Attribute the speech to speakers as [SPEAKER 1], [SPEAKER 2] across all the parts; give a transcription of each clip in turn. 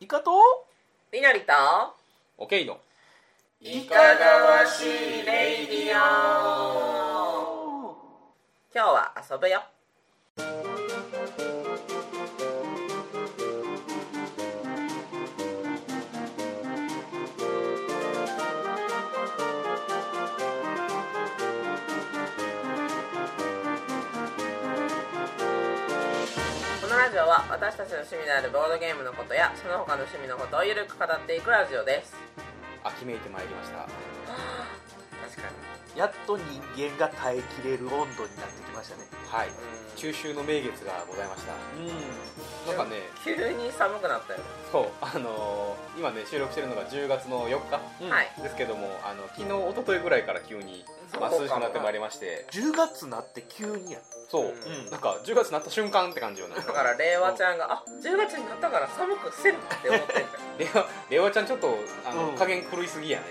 [SPEAKER 1] イカと
[SPEAKER 2] りなりと
[SPEAKER 1] オケイの
[SPEAKER 2] いかがわしいレイディオ今日は遊ぶよこのラジオは私たちの趣味であるボードゲームのことやその他の趣味のことをゆるく語っていくラジオです
[SPEAKER 1] 秋めいてまいりました
[SPEAKER 2] 確かに
[SPEAKER 3] やっと人間が耐えきれる温度になってきましたね
[SPEAKER 1] はい
[SPEAKER 2] うん
[SPEAKER 1] 中秋の名月がございました
[SPEAKER 3] う
[SPEAKER 1] なんかね
[SPEAKER 2] 急に寒くなったよね、
[SPEAKER 1] そうあのー今ね収録してるのが10月の4日
[SPEAKER 3] ん、
[SPEAKER 2] はい
[SPEAKER 1] ですけどもあの昨日一昨日ぐらいから急に、
[SPEAKER 2] そう
[SPEAKER 1] まあ、
[SPEAKER 2] か
[SPEAKER 1] 涼しくなってまいりまして
[SPEAKER 3] 10月なって急にや
[SPEAKER 1] そう、
[SPEAKER 2] うん
[SPEAKER 1] なんか10月になった瞬間って感じよ ね
[SPEAKER 2] だから令和ちゃんが「あ10月になったから寒くせん」って思ってんじ
[SPEAKER 1] レオレオちゃんちょっとあの、
[SPEAKER 3] うん
[SPEAKER 1] 加減狂いすぎやね、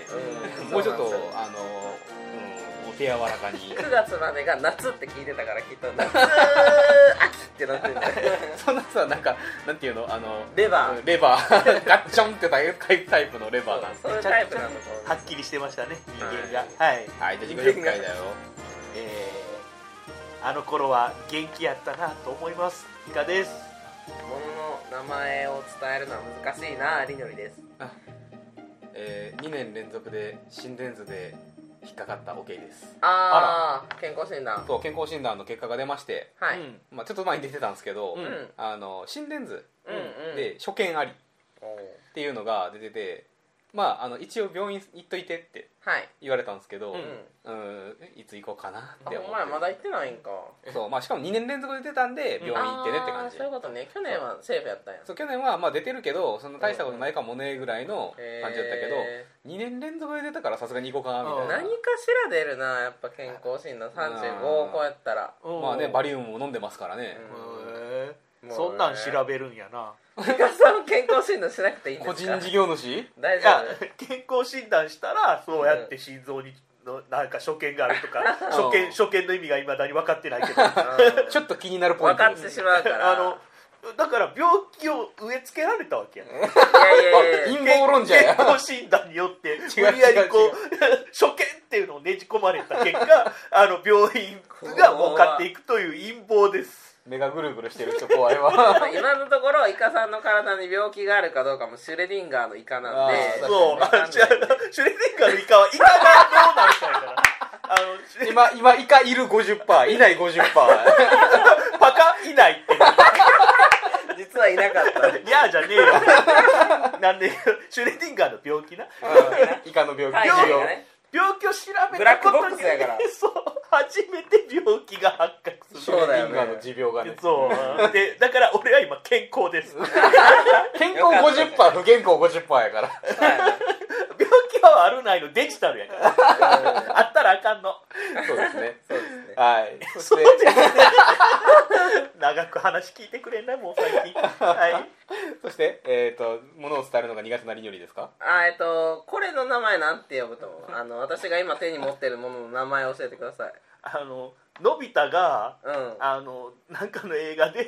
[SPEAKER 2] ゃん
[SPEAKER 1] もうちょっと
[SPEAKER 2] そうなんですよ
[SPEAKER 1] あのー、うん、お手柔らかに
[SPEAKER 2] 9月までが夏って聞いてたからきっと夏秋ってなってんだよ
[SPEAKER 1] そんなさなんかなんていうのあの
[SPEAKER 2] レバー
[SPEAKER 1] レバーガッチョンってタイプタイプのレバーなんです
[SPEAKER 2] そういうタイプなのこ
[SPEAKER 3] はっきりしてましたね人間がはい、
[SPEAKER 1] はいじゃあ自己紹介だよ
[SPEAKER 3] えー、あの頃は元気やったなと思いますイカです
[SPEAKER 2] ものの名前を伝えるのは難しいなりのりです
[SPEAKER 1] えー、2年連続で心電図で引っかかった OK です
[SPEAKER 2] ああ健康診断
[SPEAKER 1] そう健康診断の結果が出まして、
[SPEAKER 2] はい、
[SPEAKER 3] うん
[SPEAKER 1] まあ、ちょっと前に出てたんですけど、
[SPEAKER 3] うん
[SPEAKER 1] あの心電図
[SPEAKER 2] うんうん
[SPEAKER 1] で初見ありっ
[SPEAKER 2] おう
[SPEAKER 1] ていうのが出てて、まあ、あの一応病院行っといてって
[SPEAKER 2] はい
[SPEAKER 1] 言われたんですけど、
[SPEAKER 3] う
[SPEAKER 2] うんん
[SPEAKER 1] うんいつ行こうかな
[SPEAKER 2] あ
[SPEAKER 1] って
[SPEAKER 2] ほ
[SPEAKER 1] 思
[SPEAKER 2] ん
[SPEAKER 1] っ
[SPEAKER 2] まや
[SPEAKER 1] て
[SPEAKER 2] まだ行ってないんか
[SPEAKER 1] そう、まあ、しかも2年連続で出たんで
[SPEAKER 3] うん
[SPEAKER 1] 病院行ってねって
[SPEAKER 2] あ
[SPEAKER 1] 感
[SPEAKER 2] ー
[SPEAKER 1] じ、
[SPEAKER 2] そういうことね去年はセーフやったんや
[SPEAKER 1] そう去年はまあ出てるけどそんな大したことないかもねぐらいの
[SPEAKER 2] へー
[SPEAKER 1] 感じだったけど、2年連続で出たからさすがに行こうかなみたいな
[SPEAKER 2] 何かしら出るなやっぱ健康診断35を超えたら
[SPEAKER 1] まあねバ
[SPEAKER 3] リ
[SPEAKER 1] リウムも飲んでますからね、
[SPEAKER 3] へー
[SPEAKER 2] もうね
[SPEAKER 3] そんなん調べるんやな
[SPEAKER 2] 伊賀さん健康診断しなくていいんです
[SPEAKER 1] 個
[SPEAKER 2] か
[SPEAKER 1] 人事業主
[SPEAKER 2] 大
[SPEAKER 3] い
[SPEAKER 2] 丈
[SPEAKER 3] や
[SPEAKER 2] 夫
[SPEAKER 3] 健康診断したらそうやって心臓にのなんか所見があるとか所見所見の意味がいまだに分かってないけど
[SPEAKER 2] うん
[SPEAKER 1] ちょっと気になるポイ
[SPEAKER 2] 分
[SPEAKER 1] ン
[SPEAKER 2] か
[SPEAKER 1] トで
[SPEAKER 2] っ
[SPEAKER 1] す
[SPEAKER 2] てしまうから
[SPEAKER 3] あのだから病気を植え付けられたわけや、ね、
[SPEAKER 2] いやいやいや
[SPEAKER 1] 陰謀論者や
[SPEAKER 3] 健康診断によって
[SPEAKER 1] 違
[SPEAKER 3] 無
[SPEAKER 1] う
[SPEAKER 3] 理やりこう初見っていうのをねじ込まれた結果あの病院が儲かっていくという陰謀です
[SPEAKER 1] 目がぐるぐるしてる人怖いわ
[SPEAKER 2] 今のところイカさんの体に病気があるかどうかもシュレディンガーのイカなんで
[SPEAKER 1] あー
[SPEAKER 3] そう
[SPEAKER 2] わか
[SPEAKER 3] あ
[SPEAKER 2] ん
[SPEAKER 3] じゃ
[SPEAKER 2] ない
[SPEAKER 3] あシュレディンガーのイカはイカがどうなるかやからあのシュレディン
[SPEAKER 1] 今今イカいる50%いない50%
[SPEAKER 3] ガーパカいないって
[SPEAKER 2] 実はいなかった
[SPEAKER 3] いやじゃねえよなんでシュレディンガーの病気な
[SPEAKER 1] イカの病気
[SPEAKER 2] はい
[SPEAKER 1] 治療
[SPEAKER 2] がね
[SPEAKER 3] 病気を調べ
[SPEAKER 2] ブラ
[SPEAKER 3] た
[SPEAKER 2] ック
[SPEAKER 3] こ
[SPEAKER 2] ボ
[SPEAKER 3] と
[SPEAKER 2] ック
[SPEAKER 3] に
[SPEAKER 2] スやから
[SPEAKER 3] そう初めて病気が発覚する
[SPEAKER 1] シュレディンガーの持病がね
[SPEAKER 3] そうでだから俺は今健康 です病
[SPEAKER 1] 健康50%不健康50%やから
[SPEAKER 3] 気はあるないのデジタルやから
[SPEAKER 2] は
[SPEAKER 3] あったらあかんの
[SPEAKER 1] そうですね
[SPEAKER 2] いそうですね
[SPEAKER 1] はいそして
[SPEAKER 3] そうですね長く話聞いてくれんなもう最近はい
[SPEAKER 1] そしてえっ、と物を伝えるのが苦手なりによりですか
[SPEAKER 2] あえっとこれの名前なんて呼ぶと思うあの私が今手に持ってるものの名前を教えてください
[SPEAKER 3] あののび太が
[SPEAKER 2] うんは
[SPEAKER 3] あのなんかの映画で、
[SPEAKER 2] い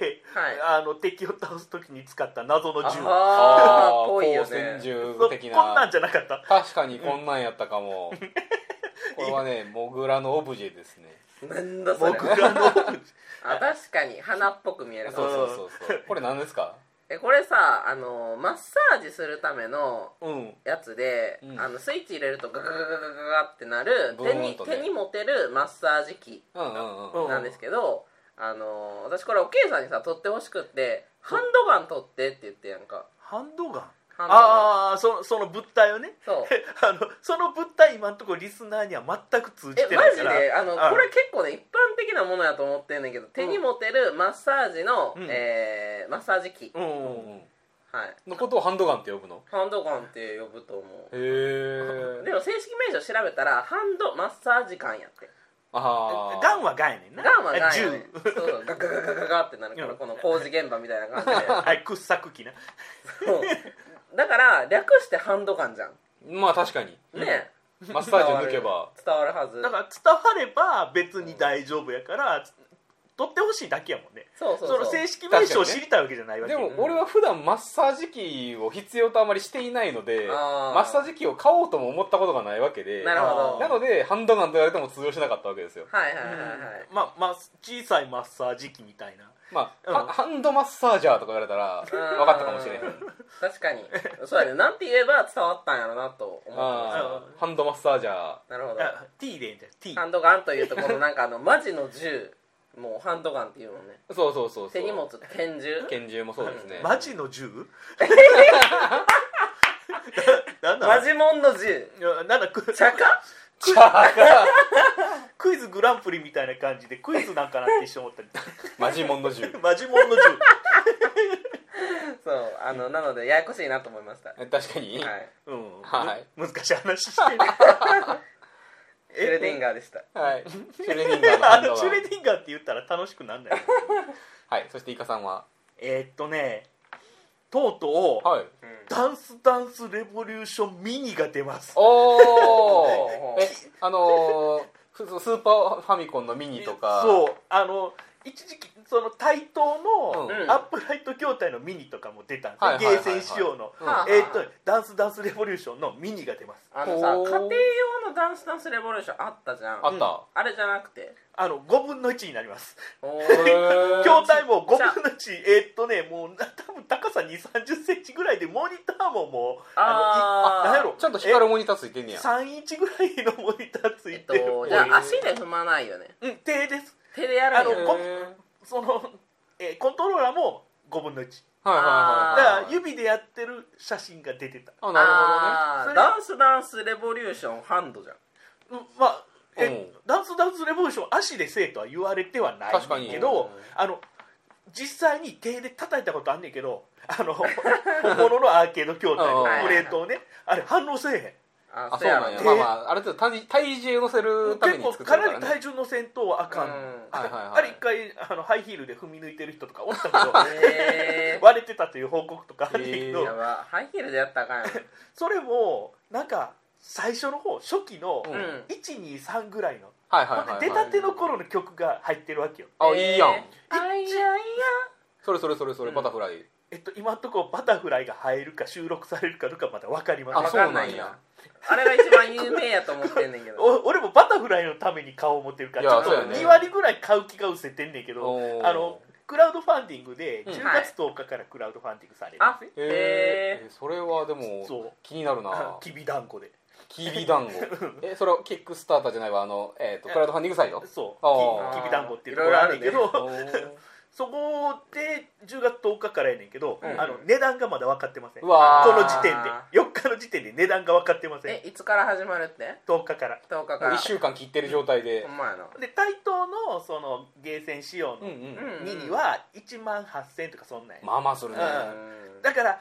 [SPEAKER 3] あの敵を倒す時に使った謎の銃
[SPEAKER 2] ああぽいよ
[SPEAKER 1] 戦
[SPEAKER 2] ね
[SPEAKER 1] 銃
[SPEAKER 3] そう
[SPEAKER 1] 的
[SPEAKER 3] こんなん
[SPEAKER 1] な
[SPEAKER 3] じゃなかった
[SPEAKER 1] 確かにこんなんやったかも、これはねモグラのオブジェですね
[SPEAKER 2] なんだそれ
[SPEAKER 3] 僕がの
[SPEAKER 2] あ確かに花っぽく見えるか
[SPEAKER 1] そう
[SPEAKER 2] も
[SPEAKER 1] そうそうそうこれ何ですか
[SPEAKER 2] えこれさあのマッサージするための
[SPEAKER 1] うん
[SPEAKER 2] やつで、
[SPEAKER 1] うん
[SPEAKER 2] あのスイッチ入れるとガガガガガガガってなる、
[SPEAKER 1] ブ
[SPEAKER 2] 手
[SPEAKER 1] ーン
[SPEAKER 2] に
[SPEAKER 1] とね
[SPEAKER 2] 手に持てるマッサージ機
[SPEAKER 1] うんうんうん
[SPEAKER 2] なんですけど、あの私これおけいさんにさ取ってほしくってハンドガン取ってって言ってやんか
[SPEAKER 3] ハンドガン
[SPEAKER 2] ハンドガン
[SPEAKER 3] ああそその物体をね
[SPEAKER 2] そう
[SPEAKER 3] あのその物体今のところリスナーには全く通じ
[SPEAKER 2] え
[SPEAKER 3] て
[SPEAKER 2] マ
[SPEAKER 3] ない
[SPEAKER 2] ジ
[SPEAKER 3] から
[SPEAKER 2] であの
[SPEAKER 3] あ
[SPEAKER 2] これ結構ね一般的なものやと思ってんねんけど手に持てるマッサージの、
[SPEAKER 3] うん
[SPEAKER 2] えーマッサージ機、
[SPEAKER 3] う
[SPEAKER 1] うんんうん
[SPEAKER 2] はい
[SPEAKER 1] のことをハンドガンって呼ぶの
[SPEAKER 2] ハンドガンって呼ぶと思う
[SPEAKER 1] へえ
[SPEAKER 2] でも正式名称調べたらハンドマッサージガンやって
[SPEAKER 1] ああ
[SPEAKER 3] ガンはガンやねんな
[SPEAKER 2] ガンはガンや
[SPEAKER 3] 銃
[SPEAKER 2] ねそうそうガガガガガガってなるか
[SPEAKER 3] う
[SPEAKER 2] ら
[SPEAKER 3] ん
[SPEAKER 2] この工事現場みたいな感
[SPEAKER 3] はい掘削機な
[SPEAKER 2] じでそうだから略してハンドガンじゃん
[SPEAKER 1] まあ確かに
[SPEAKER 2] ね
[SPEAKER 1] マッサージを抜けば
[SPEAKER 2] 伝わるはず
[SPEAKER 3] だから伝われば別に大丈夫やから取ってほしいだけやもんね
[SPEAKER 2] そう
[SPEAKER 3] そ
[SPEAKER 2] そうそう
[SPEAKER 3] の正式名称を知りたいわけじゃないわけ
[SPEAKER 1] でも俺は普段マッサージ機を必要とあまりしていないので
[SPEAKER 2] あー
[SPEAKER 1] マッサージ機を買おうとも思ったことがないわけで
[SPEAKER 2] なるほど
[SPEAKER 1] なのでハンドガンと言われても通用しなかったわけですよ
[SPEAKER 2] はいは
[SPEAKER 3] う
[SPEAKER 2] い
[SPEAKER 3] ん
[SPEAKER 2] はいはい、
[SPEAKER 3] まあまあ小さいマッサージ機みたいな
[SPEAKER 1] まあ、
[SPEAKER 3] うん
[SPEAKER 1] ハハンドマッサージャーとか言われたら分
[SPEAKER 2] うん
[SPEAKER 1] かったかもしれへん
[SPEAKER 2] 確かにそうやねなんて言えば伝わったんやろなと思って
[SPEAKER 1] あーハンドマッサージャー
[SPEAKER 2] ますなるほど
[SPEAKER 3] あ T でいいんじゃん T
[SPEAKER 2] ハンドガンというとこのなんかあのマジの銃もうハンドガンっていうもんね
[SPEAKER 1] そうそうそうそう
[SPEAKER 2] 手荷物って拳銃
[SPEAKER 1] 拳銃もそうです ね
[SPEAKER 3] マジの銃ななんだ
[SPEAKER 2] マジモンの銃
[SPEAKER 3] いやなんだク
[SPEAKER 2] 茶化
[SPEAKER 1] じゃあ
[SPEAKER 3] クイズグランプリみたいな感じでクイズなんかなって一瞬思ったり
[SPEAKER 1] マジモン の銃
[SPEAKER 3] マジモンの銃
[SPEAKER 2] そうあのなのでややこしいなと思いましたは
[SPEAKER 1] 確かに、
[SPEAKER 2] い
[SPEAKER 3] うん、
[SPEAKER 1] はい
[SPEAKER 3] む難しい話してる
[SPEAKER 2] シュレディンガーでした
[SPEAKER 1] はい、シュレディンガーの
[SPEAKER 3] あ
[SPEAKER 1] 反応
[SPEAKER 3] の
[SPEAKER 1] は
[SPEAKER 3] シュレディンガーって言ったら楽しくなんない
[SPEAKER 1] はい、そしてイカさんは
[SPEAKER 3] えーっとねとうとう、
[SPEAKER 1] はい
[SPEAKER 2] うん
[SPEAKER 3] ダンスダンスレボリューションミニが出ます
[SPEAKER 1] お
[SPEAKER 2] お
[SPEAKER 1] お
[SPEAKER 2] ー
[SPEAKER 1] えあのーふスーパーファミコンのミニとか
[SPEAKER 3] そうあの一時期その対等の
[SPEAKER 2] うん
[SPEAKER 3] アップライト筐体のミニとかも出たんです
[SPEAKER 1] はい
[SPEAKER 3] よ
[SPEAKER 1] はいはい
[SPEAKER 3] ゲ
[SPEAKER 1] は
[SPEAKER 3] ー
[SPEAKER 1] い
[SPEAKER 3] セン仕様の、
[SPEAKER 1] うん
[SPEAKER 2] はあ
[SPEAKER 3] えーっとダンスダンスレボリューションのミニが出ます
[SPEAKER 2] あのさ家
[SPEAKER 1] ほう
[SPEAKER 2] 庭用のダンスダンスレボリューションあったじゃん
[SPEAKER 1] あった、
[SPEAKER 2] あれじゃなくて
[SPEAKER 3] あの5分の1になります
[SPEAKER 2] お
[SPEAKER 1] へ
[SPEAKER 2] ー
[SPEAKER 1] ー
[SPEAKER 3] 筐体も5分の1えーっとねもうな多分高さ2 3 0センチぐらいでモニターももう
[SPEAKER 2] あ
[SPEAKER 3] のい
[SPEAKER 2] ー
[SPEAKER 3] なんやろ
[SPEAKER 1] ちゃんと光るモニターついてんねや
[SPEAKER 3] 3インチぐらいのモニターつ
[SPEAKER 2] え
[SPEAKER 3] い
[SPEAKER 2] って
[SPEAKER 3] るっぽ
[SPEAKER 2] と
[SPEAKER 3] い
[SPEAKER 2] じゃあ足で踏まないよね
[SPEAKER 3] うん手です
[SPEAKER 2] 手でやるん
[SPEAKER 3] あの
[SPEAKER 2] よ
[SPEAKER 3] こ
[SPEAKER 1] へー
[SPEAKER 3] その、えーコントローラーも5分の1
[SPEAKER 1] はい
[SPEAKER 3] だか
[SPEAKER 1] はいはい
[SPEAKER 3] ら
[SPEAKER 1] はい
[SPEAKER 3] 指でやってる写真が出てた
[SPEAKER 1] あな
[SPEAKER 2] あ
[SPEAKER 3] そ
[SPEAKER 2] ー
[SPEAKER 3] れ
[SPEAKER 2] ダンスダンスレボリューションハンドじゃん
[SPEAKER 3] うんまあえ
[SPEAKER 1] うん
[SPEAKER 3] ダンスダンスレボリューション足でせえとは言われてはない
[SPEAKER 1] 確かに
[SPEAKER 3] け
[SPEAKER 2] うん
[SPEAKER 3] どあの実際に手で叩いたことあんねんけどあの 本物のアーケード筐体
[SPEAKER 2] うん
[SPEAKER 3] のプレートをねあれ反応せえへん
[SPEAKER 2] あ
[SPEAKER 1] るほどねあそうなんや
[SPEAKER 2] ろ
[SPEAKER 1] まあまあある程度体体重乗せるため
[SPEAKER 3] 結
[SPEAKER 1] に
[SPEAKER 3] 構
[SPEAKER 1] 作って
[SPEAKER 3] か
[SPEAKER 1] る
[SPEAKER 3] な
[SPEAKER 1] から
[SPEAKER 3] り
[SPEAKER 1] ね
[SPEAKER 3] 体重の戦闘はあかん、
[SPEAKER 2] うん
[SPEAKER 1] はいはいはい
[SPEAKER 3] あれ一回あのハイヒールで踏み抜いてる人とかおったけ ど
[SPEAKER 2] へ
[SPEAKER 3] 割れてたという報告とかあるけ
[SPEAKER 2] ー
[SPEAKER 3] ど、
[SPEAKER 2] やばハイヒールでやったらあかんや
[SPEAKER 3] それもなんか最初の方初期の
[SPEAKER 1] うん
[SPEAKER 2] ん
[SPEAKER 3] 123ぐらいの、
[SPEAKER 1] はい
[SPEAKER 3] ほ
[SPEAKER 1] はい
[SPEAKER 3] ん
[SPEAKER 1] はいはい
[SPEAKER 3] で出たての頃の曲が入ってるわけよ
[SPEAKER 1] あいいやん、
[SPEAKER 2] えーあいやいや
[SPEAKER 1] それそれそれそれ
[SPEAKER 3] うん
[SPEAKER 1] バタフライ、
[SPEAKER 3] えっと今んとこバタフライが入るか収録されるかどうかまだ分かりま
[SPEAKER 1] あ
[SPEAKER 2] わ
[SPEAKER 3] せん
[SPEAKER 1] そう
[SPEAKER 2] か
[SPEAKER 1] なんんや
[SPEAKER 2] ないやあれが一番有名やと思ってんねんけど
[SPEAKER 3] お俺もバタフライのために顔を持ってるか
[SPEAKER 1] いや
[SPEAKER 3] らちょっ
[SPEAKER 2] そうや
[SPEAKER 3] と
[SPEAKER 2] ね
[SPEAKER 3] 2割ぐらい買う気がうせてんねんけど、
[SPEAKER 1] おー
[SPEAKER 3] あのクラウドファンディングで
[SPEAKER 1] うん
[SPEAKER 3] 10月10日からクラウドファンディングされる、
[SPEAKER 2] あ
[SPEAKER 1] えー
[SPEAKER 2] へ
[SPEAKER 1] えそれはでも
[SPEAKER 3] そう
[SPEAKER 1] 気になるな
[SPEAKER 3] あきびだんこで
[SPEAKER 1] きび団子えそれはキックスターターじゃないわあの、えー、とクラウドファンディングサイト
[SPEAKER 3] そう
[SPEAKER 1] あ
[SPEAKER 3] き
[SPEAKER 1] ー
[SPEAKER 3] きびだんごっていうところあるんだけ
[SPEAKER 2] いろい
[SPEAKER 3] ど、
[SPEAKER 1] おー
[SPEAKER 3] そこで10月10日からやねんけど、
[SPEAKER 2] うん
[SPEAKER 3] あの値段がまだ分かってません
[SPEAKER 1] う
[SPEAKER 3] こ
[SPEAKER 1] わー
[SPEAKER 3] の時点で4日の時点で値段が分かってません
[SPEAKER 2] えいつから始まるって
[SPEAKER 3] 10日から
[SPEAKER 2] 10日か
[SPEAKER 1] もう
[SPEAKER 2] ら
[SPEAKER 1] 1週間切ってる状態で
[SPEAKER 2] ほんまやな
[SPEAKER 3] で対等のそのゲーセン仕様
[SPEAKER 1] うんう
[SPEAKER 3] の
[SPEAKER 1] ん
[SPEAKER 2] うん
[SPEAKER 3] ミニは1万8000とかそんなんや、
[SPEAKER 1] まあまあする
[SPEAKER 3] う
[SPEAKER 1] ね
[SPEAKER 3] んだから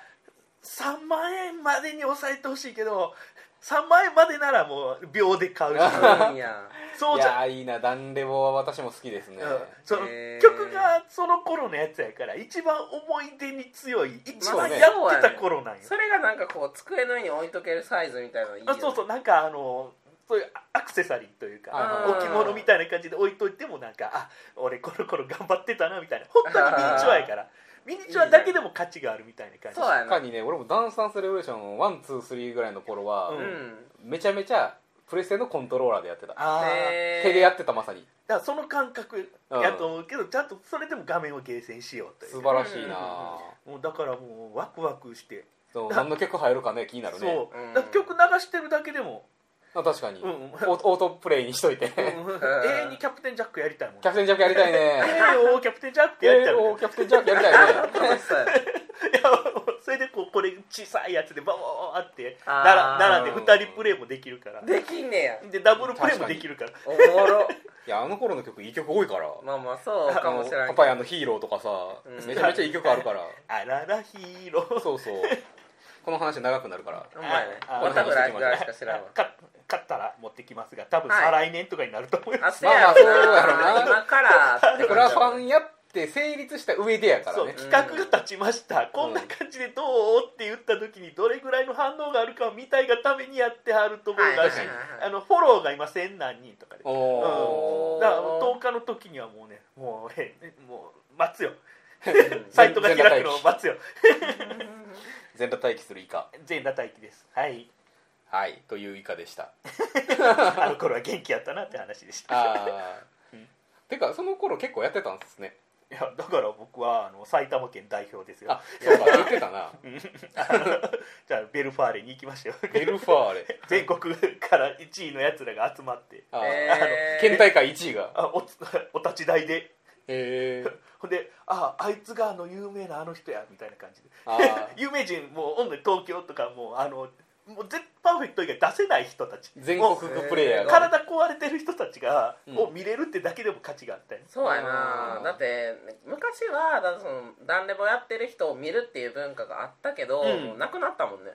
[SPEAKER 3] 3万円までに抑えてほしいけど3万円までならもう秒で 買うし
[SPEAKER 2] うんいや
[SPEAKER 3] そう
[SPEAKER 1] い
[SPEAKER 3] じゃ
[SPEAKER 1] やーいいなダンレボは私も好きですね、
[SPEAKER 3] うんその
[SPEAKER 2] へー
[SPEAKER 3] 曲がその頃のやつやから一番思い出に強い一
[SPEAKER 1] ま
[SPEAKER 3] 番
[SPEAKER 1] あね
[SPEAKER 3] やってた頃なんよ、
[SPEAKER 2] それがなんかこう机の上に置いとけるサイズみたいなのいいよ
[SPEAKER 3] あそうそうなんかあのそういうアクセサリーというか
[SPEAKER 1] はいはい
[SPEAKER 2] はい
[SPEAKER 3] 置物みたいな感じで置いといてもなんかあ俺この頃頑張ってたなみたいな本当にミニチュアやからミニチュアだけでも価値があるみたいな感じ
[SPEAKER 2] そうや
[SPEAKER 1] 確か
[SPEAKER 2] な
[SPEAKER 1] にね俺もダンスダンスレボリューション123ぐらいの頃は、
[SPEAKER 3] う
[SPEAKER 2] うんん
[SPEAKER 1] めちゃめちゃプレステのコントローラーでやってた
[SPEAKER 3] あー
[SPEAKER 2] へー
[SPEAKER 1] 手でやってたまさに
[SPEAKER 3] だからその感覚やと思うけど、ちゃんとそれでも画面を厳選しようとい
[SPEAKER 1] 素
[SPEAKER 3] う
[SPEAKER 1] 晴らし
[SPEAKER 2] う
[SPEAKER 1] いな
[SPEAKER 2] ん
[SPEAKER 1] あ
[SPEAKER 3] もうだからもうワクワクして、
[SPEAKER 1] そう何の曲入るかね気になるね
[SPEAKER 3] そう、
[SPEAKER 2] うん
[SPEAKER 3] だから曲流してるだけでも、
[SPEAKER 1] あ確かに、
[SPEAKER 3] うんうん
[SPEAKER 1] オートオートプレイにしといて
[SPEAKER 3] うん
[SPEAKER 1] キ
[SPEAKER 3] 永遠にキャプテンジャックやりたいもん
[SPEAKER 1] ャプテンジャックやりたいね
[SPEAKER 3] えーおーキャプテンジャックやりたいもん、
[SPEAKER 1] おキャプテンジャックやりたいね
[SPEAKER 2] 楽しそうやない
[SPEAKER 3] やもう それでこうこれ小さいやつでバーって
[SPEAKER 2] あー
[SPEAKER 3] なら並んで2人プレイもできるから
[SPEAKER 2] できんねや
[SPEAKER 3] でダブルプレイもできるから
[SPEAKER 2] おもろ
[SPEAKER 1] いやあの頃の曲いい曲多いから
[SPEAKER 2] まあまあそうかもしれ
[SPEAKER 1] あ
[SPEAKER 2] な
[SPEAKER 1] の
[SPEAKER 2] い
[SPEAKER 1] パパイのヒーローとかさ、
[SPEAKER 2] うん
[SPEAKER 1] めちゃめちゃいい曲あるから
[SPEAKER 3] あららヒーロー
[SPEAKER 1] そうそうこの話長くなるから
[SPEAKER 2] ほんまやね
[SPEAKER 3] あ
[SPEAKER 2] バタフライぐらいしか知らんわ
[SPEAKER 3] か勝ったら持ってきますが多分
[SPEAKER 2] は い
[SPEAKER 3] 再来年とかになると思いま
[SPEAKER 2] あ
[SPEAKER 3] す、
[SPEAKER 2] せやろ
[SPEAKER 1] まあまあそうやろ
[SPEAKER 2] な
[SPEAKER 1] な
[SPEAKER 2] 今からって
[SPEAKER 1] クラファ
[SPEAKER 2] ン
[SPEAKER 1] ンやっって成立した上でやから
[SPEAKER 3] そう
[SPEAKER 1] ね
[SPEAKER 3] 企画が立ちました、こんな感じでどうって言った時にどれぐらいの反応があるかを見たいがためにやってはると思う
[SPEAKER 2] はいはい
[SPEAKER 3] ら
[SPEAKER 2] は
[SPEAKER 3] しい、
[SPEAKER 2] い
[SPEAKER 3] あのフォローが今1000何人とかで、
[SPEAKER 1] お
[SPEAKER 3] だから
[SPEAKER 1] お
[SPEAKER 3] もう10日の時にはもうねもうえもう待つよ
[SPEAKER 1] ー
[SPEAKER 3] サイトが開く
[SPEAKER 1] 全
[SPEAKER 3] のを
[SPEAKER 1] 裸待
[SPEAKER 3] 待つよ
[SPEAKER 1] 機全裸待機する以下
[SPEAKER 3] 全裸待機です はい
[SPEAKER 1] はいという以下でした
[SPEAKER 3] あの頃は元気やったなって話でした
[SPEAKER 1] ああ
[SPEAKER 3] うん
[SPEAKER 1] てかその頃結構やってたんですね
[SPEAKER 3] いやだから僕はあの埼玉県代表ですよ
[SPEAKER 1] あそうか言ってたな
[SPEAKER 3] うんあの じゃあベルファーレに行きましたよ
[SPEAKER 1] ベルファーレ
[SPEAKER 3] 全国から1位のやつらが集まって
[SPEAKER 1] あー、
[SPEAKER 2] えー
[SPEAKER 1] 県大会1位が
[SPEAKER 3] あお つお立ち台で
[SPEAKER 1] へえー、
[SPEAKER 3] ほんで「ああいつがあの有名なあの人や」みたいな感じで
[SPEAKER 1] あ ー
[SPEAKER 3] 有名人もうほんで東京とかもうあのもう絶パーフェクト以外出せない人たち
[SPEAKER 1] 全
[SPEAKER 3] も
[SPEAKER 1] 国
[SPEAKER 3] う
[SPEAKER 1] 区プレイヤーが、
[SPEAKER 3] 体壊れてる人たちが、
[SPEAKER 1] うん
[SPEAKER 3] を見れるってだけでも価値があったよ
[SPEAKER 2] そうやな
[SPEAKER 1] あー
[SPEAKER 2] だって昔はだってそのダンレボやってる人を見るっていう文化があったけど、
[SPEAKER 3] うん
[SPEAKER 2] もうなくなったもんね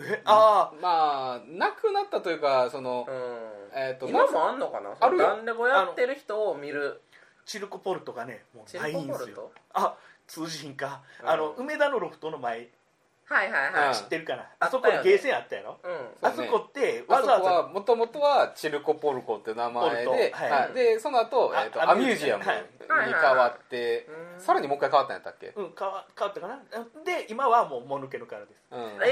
[SPEAKER 3] えあ
[SPEAKER 1] まあなくなったというかその、
[SPEAKER 2] う
[SPEAKER 1] えっ、と
[SPEAKER 2] ん今
[SPEAKER 1] な
[SPEAKER 2] もあんのかな
[SPEAKER 1] あるよ
[SPEAKER 2] ダンレボやってる人を見る
[SPEAKER 3] あチルコポルトがねもう
[SPEAKER 2] チ
[SPEAKER 3] な
[SPEAKER 2] ル
[SPEAKER 3] い
[SPEAKER 2] コ
[SPEAKER 3] んで
[SPEAKER 2] ボ
[SPEAKER 3] す
[SPEAKER 2] ル
[SPEAKER 3] よ
[SPEAKER 2] ト
[SPEAKER 3] あ通じひんか、
[SPEAKER 2] うん
[SPEAKER 3] あの梅田のロフトの前
[SPEAKER 2] はいはいは
[SPEAKER 1] うん
[SPEAKER 2] い
[SPEAKER 3] 知ってるかな、
[SPEAKER 2] あ
[SPEAKER 3] あ
[SPEAKER 2] った
[SPEAKER 3] そ
[SPEAKER 2] よ
[SPEAKER 3] こ
[SPEAKER 2] ね
[SPEAKER 3] にゲーセンあったやろ
[SPEAKER 2] うん
[SPEAKER 1] そう
[SPEAKER 3] あ
[SPEAKER 1] ね
[SPEAKER 3] そこって
[SPEAKER 1] あ
[SPEAKER 3] わ
[SPEAKER 1] そ
[SPEAKER 3] ざわ
[SPEAKER 1] こ
[SPEAKER 3] ざ
[SPEAKER 1] はもともとはチルコポルコっていう名
[SPEAKER 3] ポ
[SPEAKER 1] 前で、
[SPEAKER 3] ルコはい
[SPEAKER 1] はいでその後、
[SPEAKER 3] あ
[SPEAKER 1] えっとア
[SPEAKER 3] ア
[SPEAKER 1] ミ
[SPEAKER 3] ミ
[SPEAKER 1] ュ
[SPEAKER 3] ュー
[SPEAKER 1] ージ
[SPEAKER 3] ジ
[SPEAKER 1] ア
[SPEAKER 3] ア
[SPEAKER 1] ム
[SPEAKER 3] ム
[SPEAKER 1] に
[SPEAKER 2] はい
[SPEAKER 1] 変わって、
[SPEAKER 2] うん
[SPEAKER 1] さらにもう一回変わったんやったっけ、
[SPEAKER 3] うん、変わ変わったかなで今はもうもぬけの殻です
[SPEAKER 1] うん
[SPEAKER 2] え
[SPEAKER 3] とって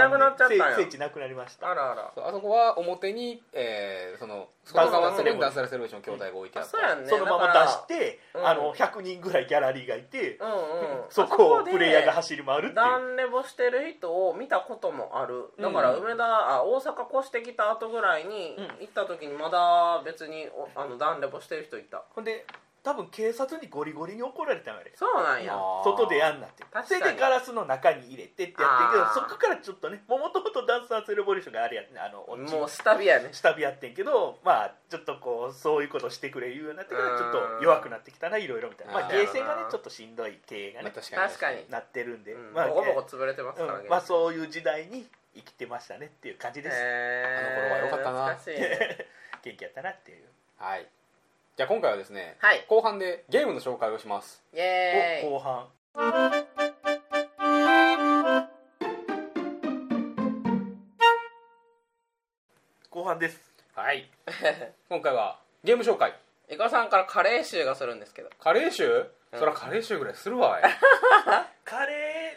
[SPEAKER 2] え
[SPEAKER 3] も残念
[SPEAKER 2] ー、なくなっちゃったんや
[SPEAKER 3] 聖聖地なくなりました
[SPEAKER 2] あらあら
[SPEAKER 1] そうあそこは表に、えーその
[SPEAKER 3] ダン
[SPEAKER 1] 外
[SPEAKER 3] ス
[SPEAKER 1] 側の
[SPEAKER 3] レボ
[SPEAKER 1] ダンスレセレブレーション兄弟が置いてあ
[SPEAKER 2] あ
[SPEAKER 1] った
[SPEAKER 2] そうやんね
[SPEAKER 3] そのまま出して、
[SPEAKER 2] うん
[SPEAKER 3] あの100人ぐらいギャラリーがいて、
[SPEAKER 2] だからうんうん
[SPEAKER 3] そこ
[SPEAKER 2] あ
[SPEAKER 3] を
[SPEAKER 2] で
[SPEAKER 3] プレイヤーが走り回るっていう
[SPEAKER 2] ダンレボしてる人を見たこともあるだから
[SPEAKER 1] うん
[SPEAKER 2] 梅田、あ大阪越してきた後ぐらいに
[SPEAKER 3] うん
[SPEAKER 2] 行った時にまだ別におあのダンレボしてる人いた
[SPEAKER 3] ほんで多分警察にゴリゴリに怒られたのあれ
[SPEAKER 2] そうなんや
[SPEAKER 1] あー
[SPEAKER 3] 外でやんなって
[SPEAKER 2] 確
[SPEAKER 3] そ
[SPEAKER 2] かに
[SPEAKER 3] れでガラスの中に入れてってやってる
[SPEAKER 2] あー
[SPEAKER 3] けどそこからちょっとねもともとダンスアセレボリューションがあれやってねあのおっち
[SPEAKER 2] もう下火やね
[SPEAKER 3] 下火やってんけどまあちょっとこうそういうことしてくれ言うようになってからちょっと弱くなってきたないろいろみたいなま
[SPEAKER 1] あ
[SPEAKER 3] あ
[SPEAKER 1] ー
[SPEAKER 3] ゲーセンがねちょっとしんどい経営が
[SPEAKER 1] まあ
[SPEAKER 3] ね
[SPEAKER 1] 確かに
[SPEAKER 2] 確かに、
[SPEAKER 3] なってるんで、
[SPEAKER 2] うん
[SPEAKER 3] まあ
[SPEAKER 2] ボコボコ潰れてますからね、
[SPEAKER 3] うんまあそういう時代に生きてましたねっていう感じです、
[SPEAKER 2] へー
[SPEAKER 1] あの頃は良かったな
[SPEAKER 2] 懐しいね
[SPEAKER 3] 元気やったなっていう
[SPEAKER 1] はいじゃあ今回はですね、
[SPEAKER 2] はい
[SPEAKER 1] 後半でゲームの紹介をします
[SPEAKER 2] イエーイ
[SPEAKER 3] お後半後半です
[SPEAKER 1] はい 今回はゲーム紹介
[SPEAKER 2] イカさんからカレー臭がするんですけど
[SPEAKER 1] カレー臭、
[SPEAKER 2] うん
[SPEAKER 1] そりゃカレー臭ぐらいするわい
[SPEAKER 3] カレ